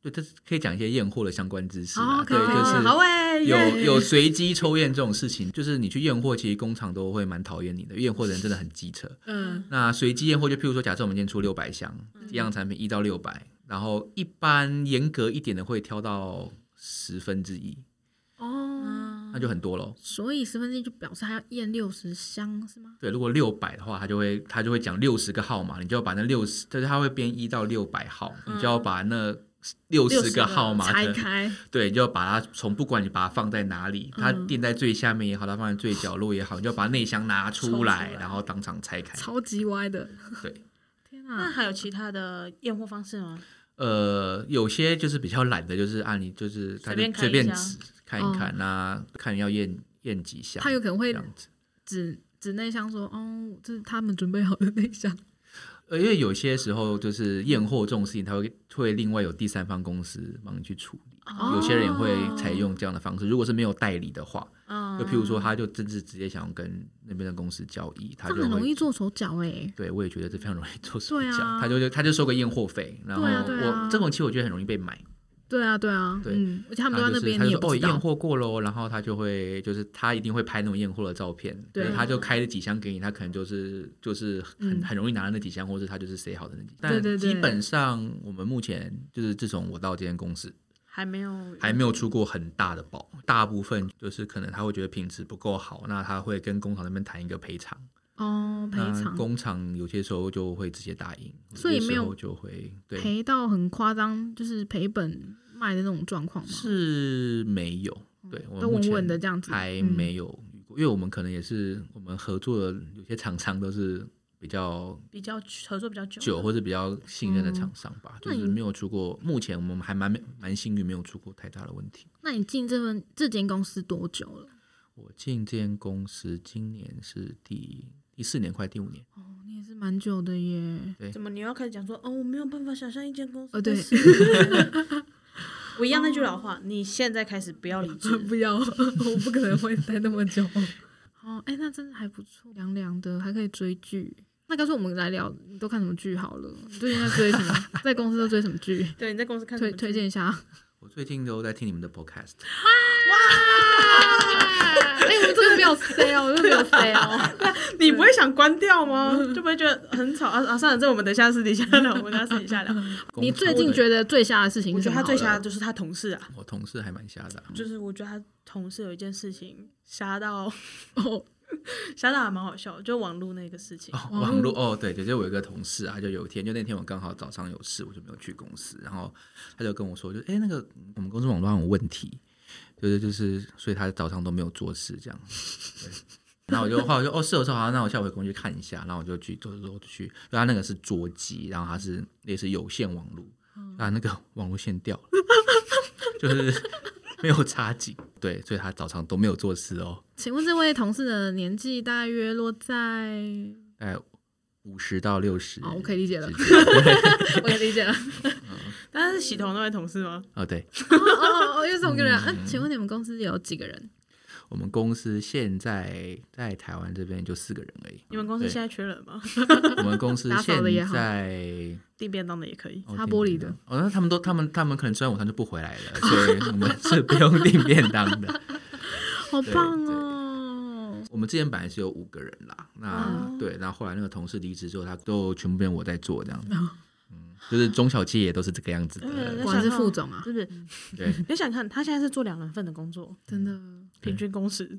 对，这是可以讲一些验货的相关知识啊哦，对，可以可以好就是。诶，有耶有随机抽验这种事情，就是你去验货，其实工厂都会蛮讨厌你的。验货的人真的很机车。嗯，那随机验货，就譬如说，假设我们今天出六百箱，一样产品一到六百，然后一般严格一点的会挑到十分之一，哦，嗯那就很多喽。所以十分之一就表示他要验六十箱是吗？对，如果六百的话，他就会他就会讲六十个号码，你就要把那六十，就是他会编一到六百号，你就要把那嗯六十个号码拆的开，对，你就要把它从不管你把它放在哪里，它垫在最下面也好，它放在最角落也好，你就要把内箱拿抽出出来，来然后当场拆开。超级歪的。对，天那啊！还有其他的验货方式吗？呃，有些就是比较懒的，就是按、啊、你就是随他就便看随一便下指看一看，那看要验验几下，嗯他有可能这会样子。指指内箱说，哦，这是他们准备好的内箱。呃，因为有些时候就是验货这种事情，他会会另外有第三方公司帮你去处理。哦有些人也会哦采用这样的方式，如果是没有代理的话，嗯就譬如说他就真是直接想要跟那边的公司交易，他这就样很容会易做手脚哎、对，我也觉得这非常容易做手对脚，啊他就他就收个验货费，然后我、对啊对啊这种其实我觉得很容易被买，对啊，对啊，对嗯，而且他他们都在那边，就你是也他就说不哦知道验。货过喽，然后他就会就是他一定会拍那种验货的照片，对他就开了几箱给你，他可能就是就是很、嗯很容易拿到那几箱，或者他就是塞好的那几箱，对但对对基本上我们目前就是自从我到这间公司还没有还没有出过很大的包，大部分就是可能他会觉得品质不够好，那他会跟工厂那边谈一个赔偿。哦，赔那偿工厂有些时候就会直接答应，所以些时没有候就会对，赔到很夸张，就是赔本卖的那种状况吗？是没有，对，我都目稳前稳的这样子，还嗯没有遇过，因为我们可能也是我们合作的有些厂商都是比较比较合作比较久，久或者比较信任的厂商吧，嗯那就是你没有出过，目前我们还蛮蛮幸运，没有出过太大的问题。那你进这份这间公司多久了？我进这间公司今年是第第四年，快第五年，哦，你也是蛮久的耶。怎么你又开始讲说哦，我没有办法想象一间公司哦对 哦的事。 我一样那句老话，你现在开始不要理智。 不要，我不可能会待那么久。 哦，哎、那真的还不错，凉凉的，还可以追剧。那干脆我们来聊，你都看什么剧好了？你最近在追什 么？在公司都追什么剧？对，你在公司看什推么推 剧荐一下。我最近都在听你们的 podcast。哎、我们这个没有 C 哦，我们这个没有 C 哦。你不会想关掉吗？嗯就不会觉得很吵啊啊！算了，这我们等一下私底下聊，我们等一下私 底下聊。你最近觉得最瞎的事情我是觉什得么？他最瞎的就是他同事啊，我同事还蛮瞎的啊、就是我觉得他同事有一件事情瞎到哦， 瞎到还蛮好笑，就网络那个事情。哦，网络哦，对对，就我有一个同事啊，就有一天，就那天我刚好早上有事，我就没有去公司，然后他就跟我说，就哎那个我们公司网络上有问题，就是就是，所以他早上都没有做事这样。对，然后我就后来我就哦是有是有好，那我下回公司去看一下，然后我就去走走走去，因为他那个是桌机，然后他是类似有线网络，嗯啊那个网络线掉了， 就是没有插紧，对，所以他早上都没有做事哦，请问这位同事的年纪大约落在？哎五十到六十，哦，我可以理解了之，间 我可以理解了。但是洗头那位同事吗？哦对。 哦哦哦，又是同一个人。啊请问你们公司有几个人？我们公司现在在台湾这边就四个人而已。你们公司对现在缺人吗？我们公司打扫现的也好在 订便当的也可以。哦擦订玻璃便的当哦，那他们都他们他们可能吃完午餐就不回来了，所以我们是不 用订便当的。好棒哦！我们之前本来是有五个人啦，那、哦啊对，然后后来那个同事离职之后，他都全部变我在做这样子。嗯，就是中小企业也都是这个样子哦嗯的那，果然是副总啊，是不是？ 对，你想看，他现在是做两人份的工作，嗯真的。平均工时，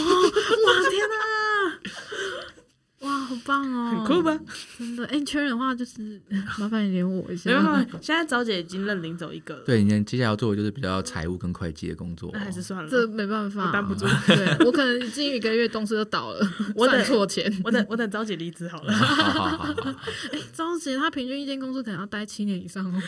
哇天哪！哇，好棒哦，很酷？吧？真的，哎、你缺人的话就是麻烦你连我一下没。有没有，没有现在早姐已经认领走一个了，嗯对，你接下来要做的就是比较财务跟会计的工作哦那，还是算这了。没办法，我担不住对我可能已经一个月公司都倒了， 我赚等错钱。我等我等早姐离职好了。好好好好好，哎、张杰他平均一间公司可能要待七年以上哦。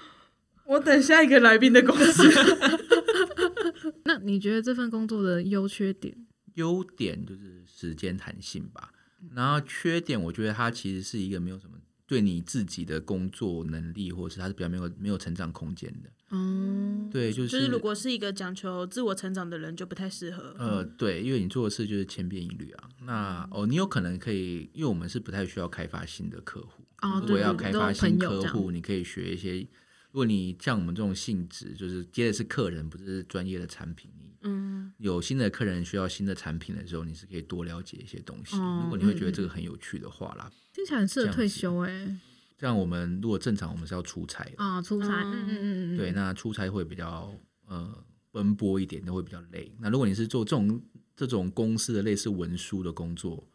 我等下一个来宾的公 司。 那你觉得这份工作的优缺点？优点就是时间弹性吧，然后缺点我觉得它其实是一个没有什么对你自己的工作能力，或者是它是比较没有没有成长空间的。嗯，对，就就是是如果是一个讲求自我成长的人，就不太适合。呃嗯对，因为你做的事就是千变一律啊。那哦，你有可能可以，因为我们是不太需要开发新的客户。哦，如对果对要对开都发有新朋友客这样。户，你可以学一些。如果你像我们这种性质，就是接的是客人，不是专业的产品，你嗯，有新的客人需要新的产品的时候，你是可以多了解一些东西。哦如果你会嗯觉得嗯这个很有趣的话啦，听起来很适这合样退子休哎、像我们如果正常，我们是要出差的，啊，出差，嗯嗯嗯嗯，对，那出差会比较呃奔波一点，都会比较累。那如果你是做这种这种公司的类似文书的工作，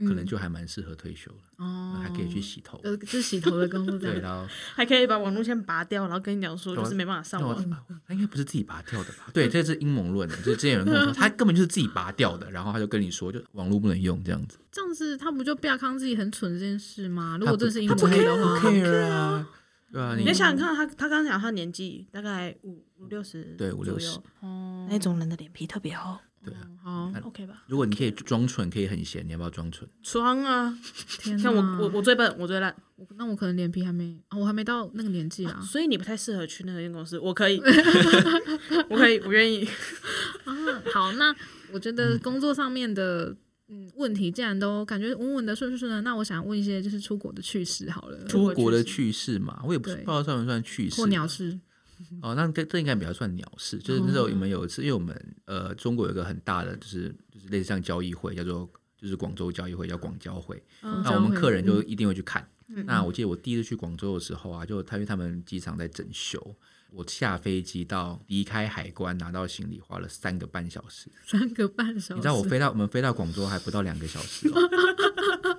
可能就还蛮适合退休了，嗯哦，还可以去洗头。呃，就是洗头的工作这对，样。然后还可以把网络线拔掉，然后跟你讲说就是没办法上那我网。他应该不是自己拔掉的吧？对，这是阴谋论的，就是之前有人跟我说，他根本就是自己拔掉的，然后他就跟你说，就网络不能用这样子。这样子他不就不要康自己很蠢这件事吗？如他果不真是因他为不的 care 话，不 care 啊，对啊，你你要想想看，他他刚刚讲他年纪大概五五六十，对五六十，哦，那种人的脸皮特别厚对啊。好，OK 吧？如果你可以装蠢，可以很闲，你要不要装蠢？装啊！天哪，像我我我最笨，我最烂，我那我可能脸皮还没，啊我还没到那个年纪啊所以你不太适合去那个公司。我可 以，我可以，我愿意。啊！好，那我觉嗯得工作上面的。嗯，问题既然都感觉稳稳的、顺顺顺的，那我想问一些就是出国的趣事好了，出国的趣事嘛，我也不是对不知道算不算趣事或。鸟事。哦，那这这应该比较算鸟事。就是那时候我们有一次，因为我们呃中国有一个很大的，就是就是类似像交易会，叫做就是广州交易会，叫广交会。嗯那我们客人交易就会一定会去看。嗯那我记得我第一次去广州的时候啊，就他因为他们机场在整修，我下飞机到离开海关拿到行李花了三个半小时。三个半小时，你知道我飞到我们飞到广州还不到两个小时、哦。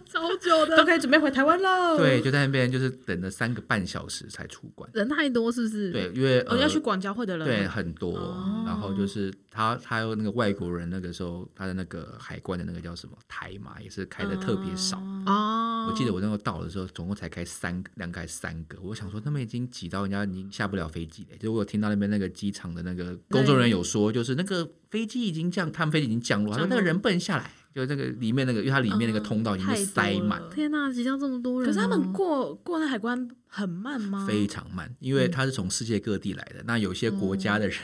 超久 都 的，可以准备回台湾喽。对，，就在那边就是等了三个半小时才出关。人太多是不是？对，，因为、我呃哦要去广交会的人，啊对，很多，哦然后就是他他有那个外国人，那个时候他的那个海关的那个叫什么台嘛，也是开的特别少。哦，我记得我那时候到的时候，总共才开三个，两个还是三个。我想说，他们已经挤到人家已经下不了飞机了。就我有听到那边那个机场的那个工作人员有说，就是那个飞机已经降，他们飞机已经降落，他说降落哦那个人不能下来，就那个里面那个，因为它里面那个通道已经被塞满，天哪，挤到这么多可人哦、是他们过过那海关很慢吗？非常慢，嗯因为它是从世界各地来的。那有些国家的人，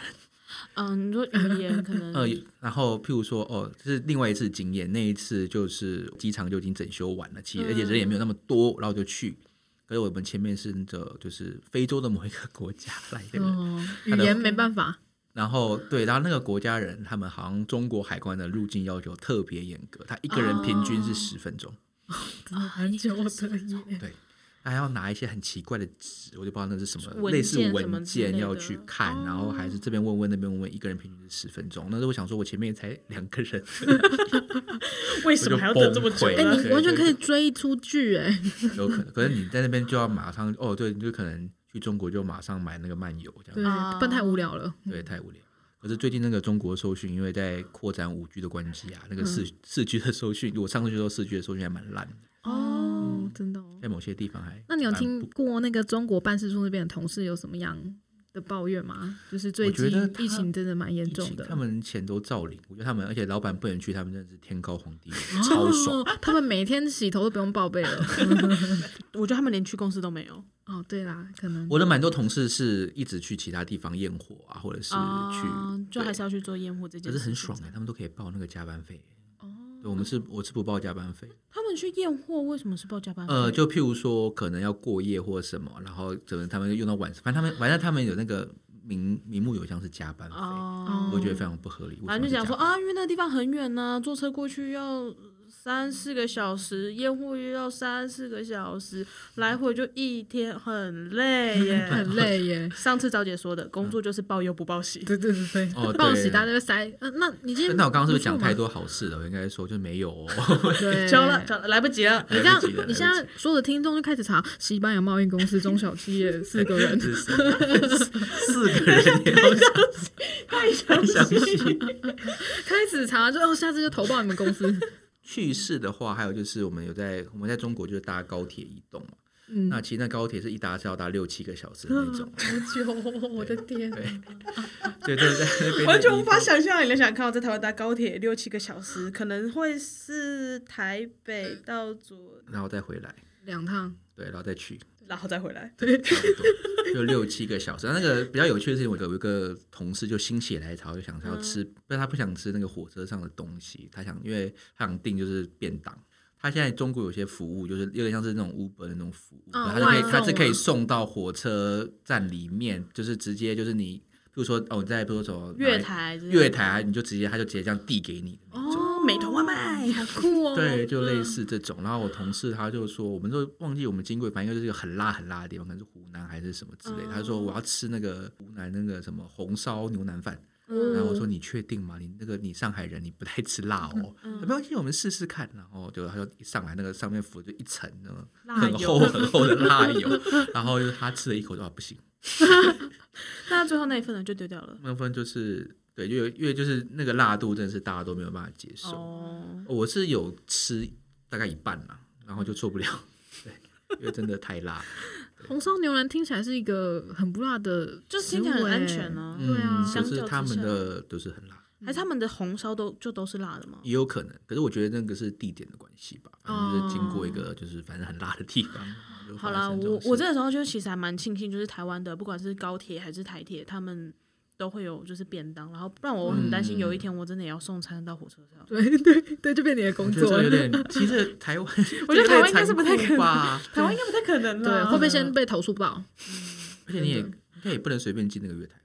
嗯，你说语言可能 呃，然后譬如说，哦，这是另外一次经验，那一次就是机场就已经整修完了，其实而且人也没有那么嗯多，然后就去。可是我们前面是这就是非洲的某一个国家来的人，嗯哦，语他的言没办法，然后对，然后那个国家人，他们好像中国海关的入境要求特别严格，他一个人平哦均是十分钟，哦真的蛮久的耶。对，还要拿一些很奇怪的纸，我就不知道那是什么，文类似件什么文之件类要的去看，然后还是这边问问那边问问，一个人平均是十分钟。那时候我想说，我前面才两个人， 为什么还要等这么久我就哎、崩溃呢？你完全可以追出剧哎、有可能，可是你在那边就要马上哦，对，你就可能去中国就马上买那个漫游这样对，子，不然太无聊了。对，太无聊。可是最近那个中国搜讯，因为在扩展五 G 的关系啊，那个四四 G 的搜讯，我上次就说四 G 的搜讯还蛮烂的，嗯哦，真的哦。在某些地方还那你有蛮听不过那个中国办事处那边的同事有什么样的抱怨吗？就是最我觉近得他疫情真的蛮严疫重情的，他们钱都照领，我觉得他们，而且老板不能去，他们真的是天高皇帝远，超爽。 哦他们每天洗头都不用报备了。 我觉得他们连去公司都没有，哦，对啦，可能我的蛮多同事是一直去其他地方验货啊，或者是啊去，就还是要，要去做验货这件可事是情。很爽哎、他们都可以报那个加班费。哦，我们是我是不报加班费，他们去验货为什么是报加班费？呃，就譬如说可能要过夜或什么，然后可能他们用到晚上，反正他们反正他们有那个名名目有像是加班费，哦，我觉得非常不合理。为什么反正就讲是说加班啊，因为那地方很远呢、坐车过去要三四个小时，验货又要三四个小时，来回就一天，很累耶。很累 耶。上次早姐说的，工作就是报忧不报喜。对对对对，哦，报喜对。大家都会塞，嗯、那你今天那我刚刚是不不是错讲嘛太多好事了？我应该说就没有哦。嗯 对，交了，交了，来不 及了。你这来不及了样，来不你及现在所有的听众就开始查西班牙贸易公司中小企业四个 人，是四四个人也要太详详细，细。开始查就哦，下次就投报你们公司。去世的话，还有就是我们有在我们在中国就是搭高铁移动嘛，嗯，那其实那高铁是一搭是要搭六七个小时的那种，嗯好久 哦，我的天对， 对对在那边的完全无移法动想象。你能想看我在台湾搭高铁六七个小时，可能会是台北到左，然后再回来，两趟，对，然后再去，然后再回来。差不多就六七个小时。那个比较有趣的事情，我有一个同事就心血来潮，就想要吃，但他不想吃那个火车上的东西，他想，因为他想订就是便当。他现在中国有些服务，就是有点像是那种 Uber 的那种服务，嗯他就可外以，送他是可以啊送到火车站里面，就是直接就是你，比如说哦，你在比如说什么月台，月台，你就直接他就直接这样递给你的那种。哦，美团外卖，好酷哦。对，啊就类似这种。然后我同事他就说，我们都忘记我们经过，反正应该就是一个很辣很辣的地方，可能是湖南还是什么之类的。他哦说我要吃那个湖南那个什么红烧牛腩饭，嗯然后我说你确定吗？你那个你上海人你不太吃辣哦，嗯没关系，我们试试看。然后就他就一上来那个上面浮着一层那个辣很油 厚很厚的辣油，然后就是他吃了一口就啊不行，那最后那一份呢就丢掉了。那份就是对，就有因为就是那个辣度真的是大家都没有办法接受。哦，我是有吃大概一半啦，然后就受不了，对，因为真的太哦辣。红烧牛腩听起来是一个很不辣的，就是听起来很安全。啊。对啊嗯，相可是较之他们下的都是很辣，还是他们的红烧都就都是辣的吗？也有可能。可是我觉得那个是地点的关系吧，反正就是经过一个就是反正很辣的地方。就哦好发啦，生这种我我事这个时候就其实还蛮庆幸，就是台湾的不管是高铁还是台铁，他们都会有就是便当，然后不然我很担心有一天我真的也要送餐到火车上。对 对对，就变你的工我觉作得这有 点，其实台湾 我觉得这有台点湾应该是不太残酷可能吧，台湾应该不太可能对，啊啦会不会先被投诉报？而且你也应该也不能随便进那个月台。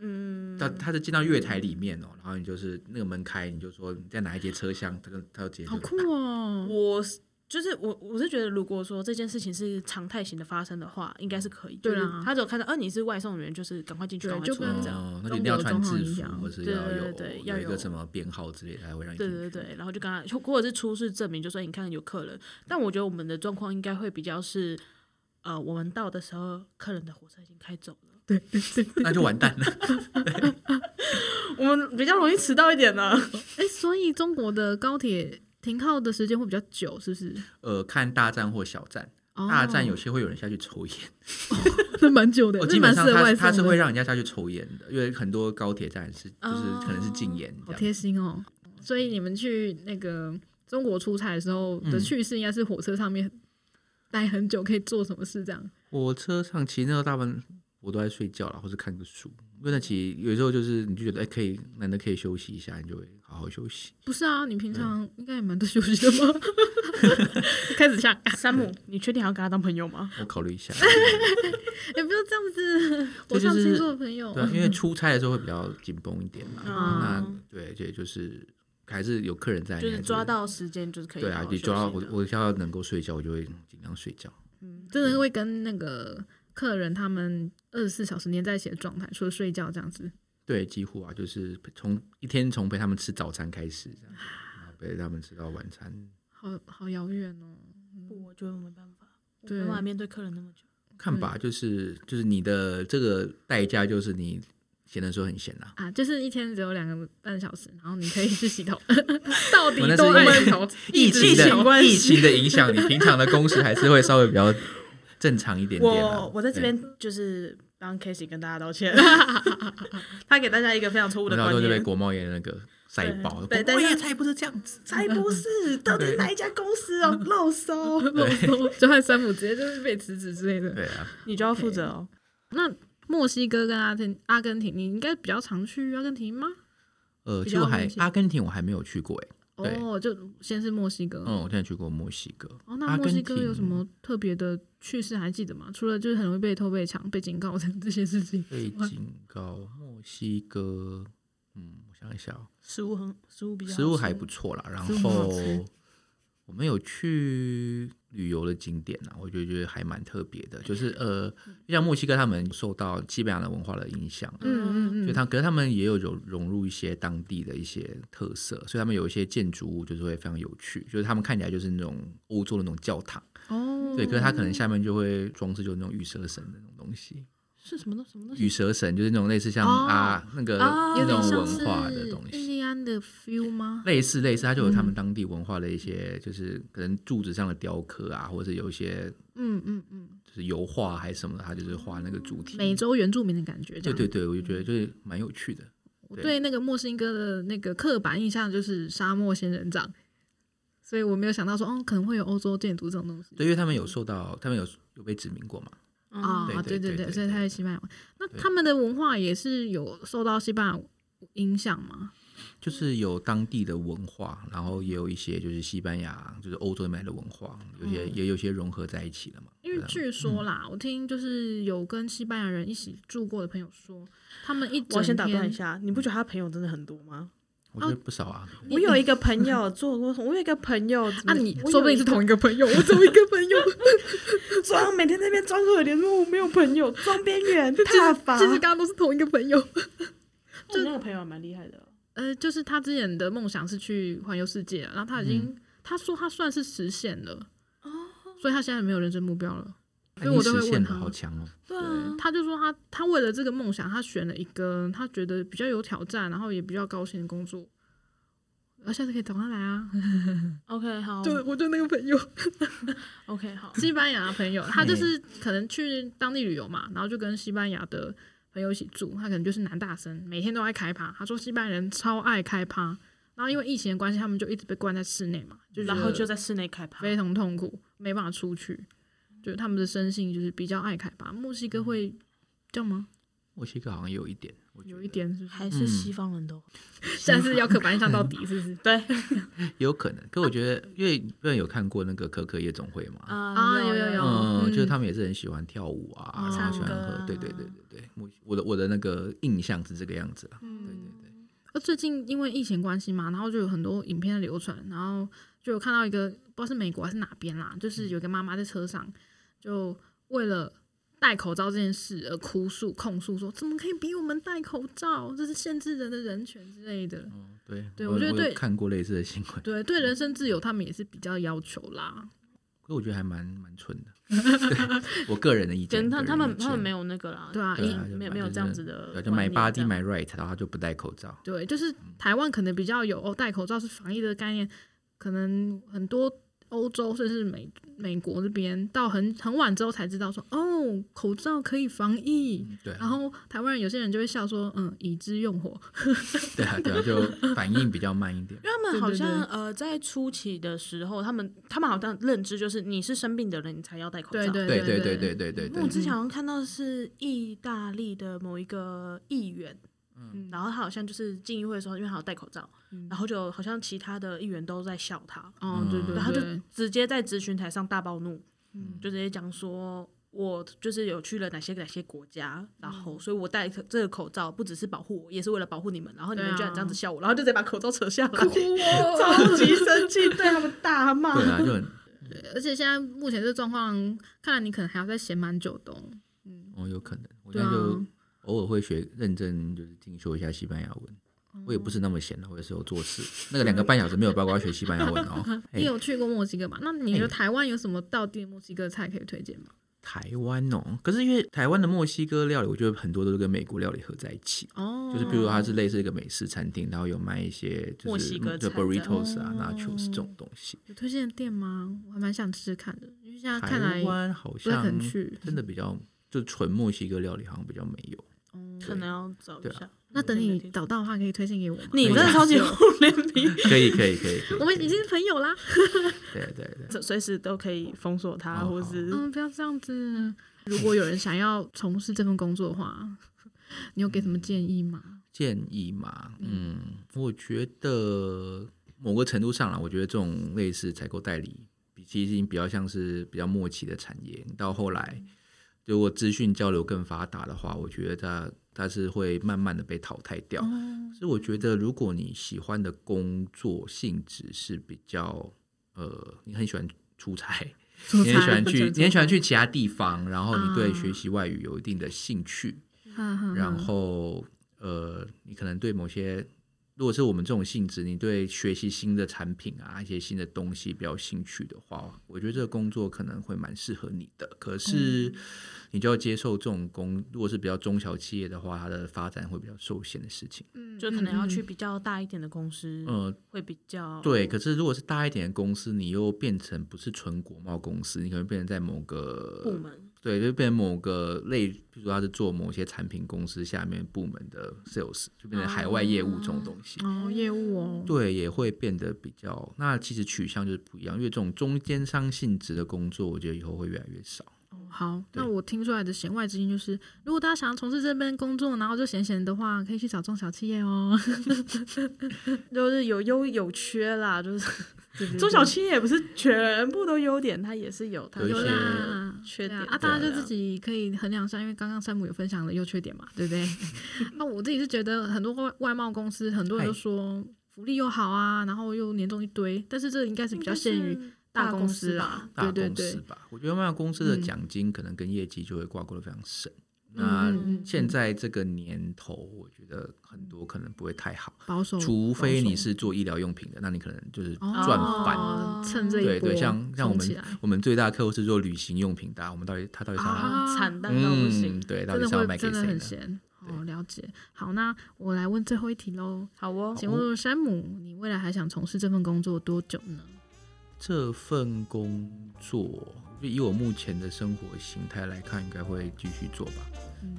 嗯到他是进到月台里面哦，然后你就是那个门开，你就说你在哪一节车厢，他就他就直接就好酷哦！我是就是我，我是觉得，如果说这件事情是常态型的发生的话，应该是可以。对啊就是他只有看到，呃，你是外送员，就是赶快进去，对赶快就出跟来嗯这样。哦，那中就一定要国的穿状况制一服，样或是对要对有对对要有一个有什么编号之类的，才会让你对进 对去。对，然后就跟他，或者是出示证明，就说你看有客人。但我觉得我们的状况应该会比较是，呃，我们到的时候，客人的火车已经开走了，那就完 蛋了。我们比较容易迟到一点呢。哎，所以中国的高铁停靠的时间会比较久，是不是？呃，看大站或小站，哦大站有些会有人下去抽烟， 那蛮久的，我、那基本蛮上适合他外他是送会的，让人家下去抽烟的，因为很多高铁站是就是哦可能是禁烟好这贴样。心哦。所以你们去那个中国出差的时候的嗯趣事，应该是火车上面待很久，可以做什么事这样？火车上其实那个大部分我都在睡觉啦，或是看个书，因为那其实有时候就是你就觉得哎、可以难得可以休息一下，你就会好好休息。 不是啊，你平常应该也蛮多休息的吧？开始下岗。山姆，你确定还要跟他当朋友吗？我考虑 一下。也不要这样子，这我就上是星座的朋友对、啊，因为出差的时候会比较紧绷一点嘛。那嗯对，而且就是还是有客人在，就你是还是抓到时间就是可以对好啊好，你休抓到息我的我要能够睡觉，我就会尽量睡觉。嗯真的会跟那个客人他们二十四小时黏在一起的状态，除了睡觉这样子。对，几乎啊，就是从一天从陪他们吃早餐开始，这样子，啊然后陪他们吃到晚餐。好好遥远哦，不，我觉得我没办法，我对没办法面对客人那么久。看嗯吧，就是就是你的这个代价就是你闲的时候很闲啦、啊，就是一天只有两个半小时，然后你可以去洗头，到底我那是都因为爱洗头， 疫情疫情的关疫情的影响，你平常的工时还是会稍微比较正常一点点、啊。我我在这边就是帮 Casey 跟大家道歉， 他给大家一个非常错误对，的我到观时候就被念，国贸业那个塞对爆，对国但贸业是才不是这样子。才不是，到底是哪一家公司 哦，漏收，就和山姆直接就是被辞职之类的。对啊，你就要负责哦。那墨西哥跟阿根阿根廷，你应该比较常去阿根廷吗？呃，比其较实我还明显阿根廷我还没有去过哎、对哦，就先是墨西哥。嗯，我现在去过墨西哥。哦，那阿墨根西哥有廷什么特别的趣事还记得吗？除了就是很容易被偷、被抢、被警告的 这些事情被之外，警告墨西哥，嗯，我想一下、哦，食物很食物比较好食物还吃不错啦。然食物很好后吃我们有去旅游的景点啊啦，我觉得觉得还蛮特别的，就是呃，像墨西哥他们受到西班牙的文化的影响。嗯嗯所以嗯，他，可是他们也有融融入一些当地的一些特色，所以他们有一些建筑物就是会非常有趣，就是他们看起来就是那种欧洲的那种教堂，哦，对，可是它可能下面就会装饰就是那种羽蛇神的那种东西，是什么东什么东西？羽蛇神就是那种类似像、哦啊那个哦那有种点像文化的是东印西，第安的 feel 吗？类似类似，它就有他嗯们当地文化的一些，就是可能柱子上的雕刻啊，或者是有一些嗯嗯嗯，就是油画啊还是什么的，它就是画那个主题。美洲原住民的感觉，这对样对对，我就觉得就是蛮有趣的。我对那个墨西哥的那个刻板印象就是沙漠仙人掌，所以我没有想到说哦，可能会有欧洲建筑这种东西对，因为他们有受到，他们有有被殖民过嘛，嗯啊、对对对对对，对所以对它在西班牙文。那他们的文化也是有受到西班牙影响吗？就是有当地的文化，然后也有一些就是西班牙，就是欧洲那边的文化，有些、也有些融合在一起了嘛。因为对啊据说啦，我听就是有跟西班牙人一起住过的朋友说，他们一我整要先打断一天下，你不觉得他朋友真的很多吗？我觉得不少啊，我有一个朋友做过，我有一个朋友，啊你，我说不定有一是个同一个朋友，我只有一个 朋友，装，每天在那边装可怜，说我没有朋友，装边缘，踏伐。 其实刚刚都是同一个朋友。就那个朋友还蛮厉害的，哦呃，就是他之前的梦想是去环游世界，然后他已经、嗯他说他算是实现了，哦所以他现在没有人生目标了。所以我都会实现问的他好，强哦。对啊，他就说他他为了这个梦想，他选了一个他觉得比较有挑战，然后也比较高薪的工作。啊，下次可以找他来啊！ OK，好就我就那个朋友， ，OK，好， 西班牙朋友，他就是可能去当地旅游嘛，然后就跟西班牙的朋友一起住，他可能就是男大生，每天都爱开趴。他说西班牙人超爱开趴，然后因为疫情的关系，他们就一直被关在室内嘛，就然后觉就得在室内开趴。非常痛苦，没办法出去，就是他们的生性就是比较爱开趴。墨西哥会这样吗？墨西哥好像有一点，我觉有得一点 是不是，还是嗯西方 人都、但是要刻板印象到底是不是？ 对有可能，可我觉得，因为不然有看过那个可可夜总会嘛，啊啊有有有嗯，嗯就是他们也是很喜欢跳舞啊，然唱后喜欢歌啊喝，对对对对对，我我的我的那个印象是这个样子啦，对嗯。对对，呃，最近因为疫情关系嘛，然后就有很多影片流传，然后就有看到一个不知道是美国还是哪边啦，嗯就是有个妈妈在车上，就为了戴口罩这件事而哭诉、控诉说，怎么可以逼我们戴口罩？这是限制人的人权之类的。嗯对，对我我觉得有对看过类似的新闻，对对，人身自由他们也是比较要求啦。可我觉得还蛮蛮蠢的，对我个人的意见，简单，他个人们意见他们没有那个啦，对啊对一啊就没有没反有正这样子是的对啊就买观念 body 买 right，然后他就不戴口罩，对，嗯就是台湾可能比较有哦，戴口罩是防疫的概念，可能很多欧洲甚至美美国这边到很很晚之后才知道说，哦，口罩可以防疫。嗯对啊，然后台湾人有些人就会笑说，嗯，以之用火，对啊对啊，就反应比较慢一点，因为他们好像对对呃，在初期的时候，他们他们好像认知就是你是生病的人，你才要戴口罩。对对对对对嗯对对对我对，之前好像看到是意大利的某一个议员，嗯，然后他好像就是进议会的时候，因为他有戴口罩，嗯然后就好像其他的议员都在笑他，嗯哦，对对然后就对，直接在咨询台上大暴怒，嗯就直接讲说。我就是有去了哪些哪些国家，嗯然后所以我戴这个口罩不只是保护我，也是为了保护你们。然后你们对啊居然这样子笑我，然后就直接把口罩扯下来， 哇超级生气，对他们大骂。 对啊，就很而且现在目前这状况，看来你可能还要再闲蛮久的、哦。哦有可能，我对现啊，在就偶尔会学认真，就是进修一下西班牙文。我也不是那么闲的，啊我有时候做事，那个两个半小时没有包括学西班牙文 哦。你嘿有去过墨西哥吧？那你觉得哎台湾有什么道地的墨西哥菜可以推荐吗？台湾哦，可是因为台湾的墨西哥料理，我觉得很多都是跟美国料理合在一起。哦，就是比如它是类似一个美式餐厅，然后有卖一些就是墨西哥就菜这样 burritos 啊、哦 nachos 这种东西。有推荐的店吗？我还蛮想吃吃看的，因为现在哦看来台湾好不太可像能去真的比较就纯墨西哥料理好像比较没有。可能要找一对啊下。那等你找到的话，可以推荐给我吗。你真真的的超超级级厚厚脸皮， 可以可以可以，可以 我们可已以经是朋友啦。对对对，这随时都可以封锁他，哦或是嗯，不要这样子。如果有人想要从事这份工作的话，你有给什么建议吗？建议嘛，嗯，我觉得某个程度上啦，我觉得这种类似采购代理，比其实已经比较像是比较末期的产业。到后来，嗯如果资讯交流更发达的话，我觉得它它是会慢慢的被淘汰掉。哦，所以我觉得，如果你喜欢的工作性质是比较呃，你很喜欢出差，出你差很喜欢去，你很喜欢，去其他地方，然后你对啊学习外语有一定的兴趣，哈哈哈嗯然后呃，你可能对某些，如果是我们这种性质，你对学习新的产品啊，一些新的东西比较有兴趣的话，我觉得这个工作可能会蛮适合你的。可是嗯你就要接受这种工，如果是比较中小企业的话，它的发展会比较受限的事情。嗯就可能要去比较大一点的公司，呃，会比较对，可是如果是大一点的公司，你又变成不是纯国贸公司，你可能变成在某个部门对，就变成某个类，比如说他是做某些产品公司下面部门的 sales，就变成海外业务这种东西。哦业务哦，对，也会变得比较。那其实取向就是不一样，因为这种中间商性质的工作，我觉得以后会越来越少。哦好，对那我听出来的弦外之音就是，如果大家想要从事这份工作，然后就闲闲的话，可以去找中小企业哦。就是有优有缺啦，就是对对中小企业也不是全部都优点，它也是有它有一有些啦，对缺点啊的啊，大家就自己可以衡量一下，因为刚刚山姆有分享了优缺点嘛，对不 对？那我自己是觉得很多外外贸公司，很多人都嗨说福利又好啊，然后又年终一堆，但是这应该是比较限于大公司啦，大对对公司对，吧，我觉得外贸公司的嗯奖金可能跟业绩就会挂钩的非常深。那嗯嗯嗯现在这个年头，我觉得很多可能不会太好。保守除非你是做医疗用品的，那你可能就是赚翻。哦趁这一对波对，像像我冲起来们我们最大的客户是做旅行用品的啊，我们到底他到底是要、啊啊惨淡到不嗯行。对，到真底的是要会卖给真的谁很呢？闲。对哦，了解。好，那我来问最后一题喽。好哦，请问山姆，你未来还想从事这份工作多久呢？这份工作，就以我目前的生活形态来看，应该会继续做吧，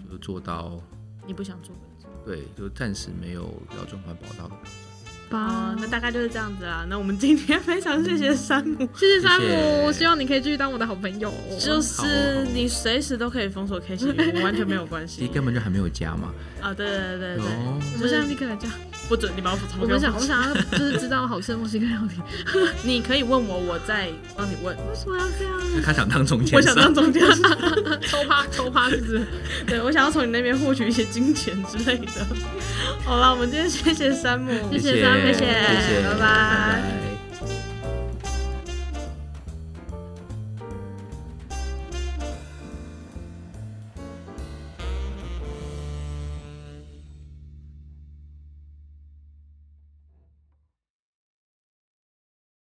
就是做到你不想做文字对，就暂时没有要转换跑道的。啊吧，，那大概就是这样子啦。那我们今天非常谢谢山姆，谢谢山谢谢姆，希望你可以继续当我的好朋友。就是你随时都可以封锁 K 型，我完全没有关其系实根本就还没有加嘛。 啊。对对对对对，哦，我们现在立刻来讲，不准你把我封锁。我们想，我们想要就是知道好吃的墨西哥料理。你可以问我，我再帮你问。为什么要这样？他想当中间我想当，商中间 商，偷趴偷趴是不是？对我想要从你那边获取一些金钱之类的。好了，我们今天谢谢山姆，谢谢张谢谢谢谢谢，拜拜拜拜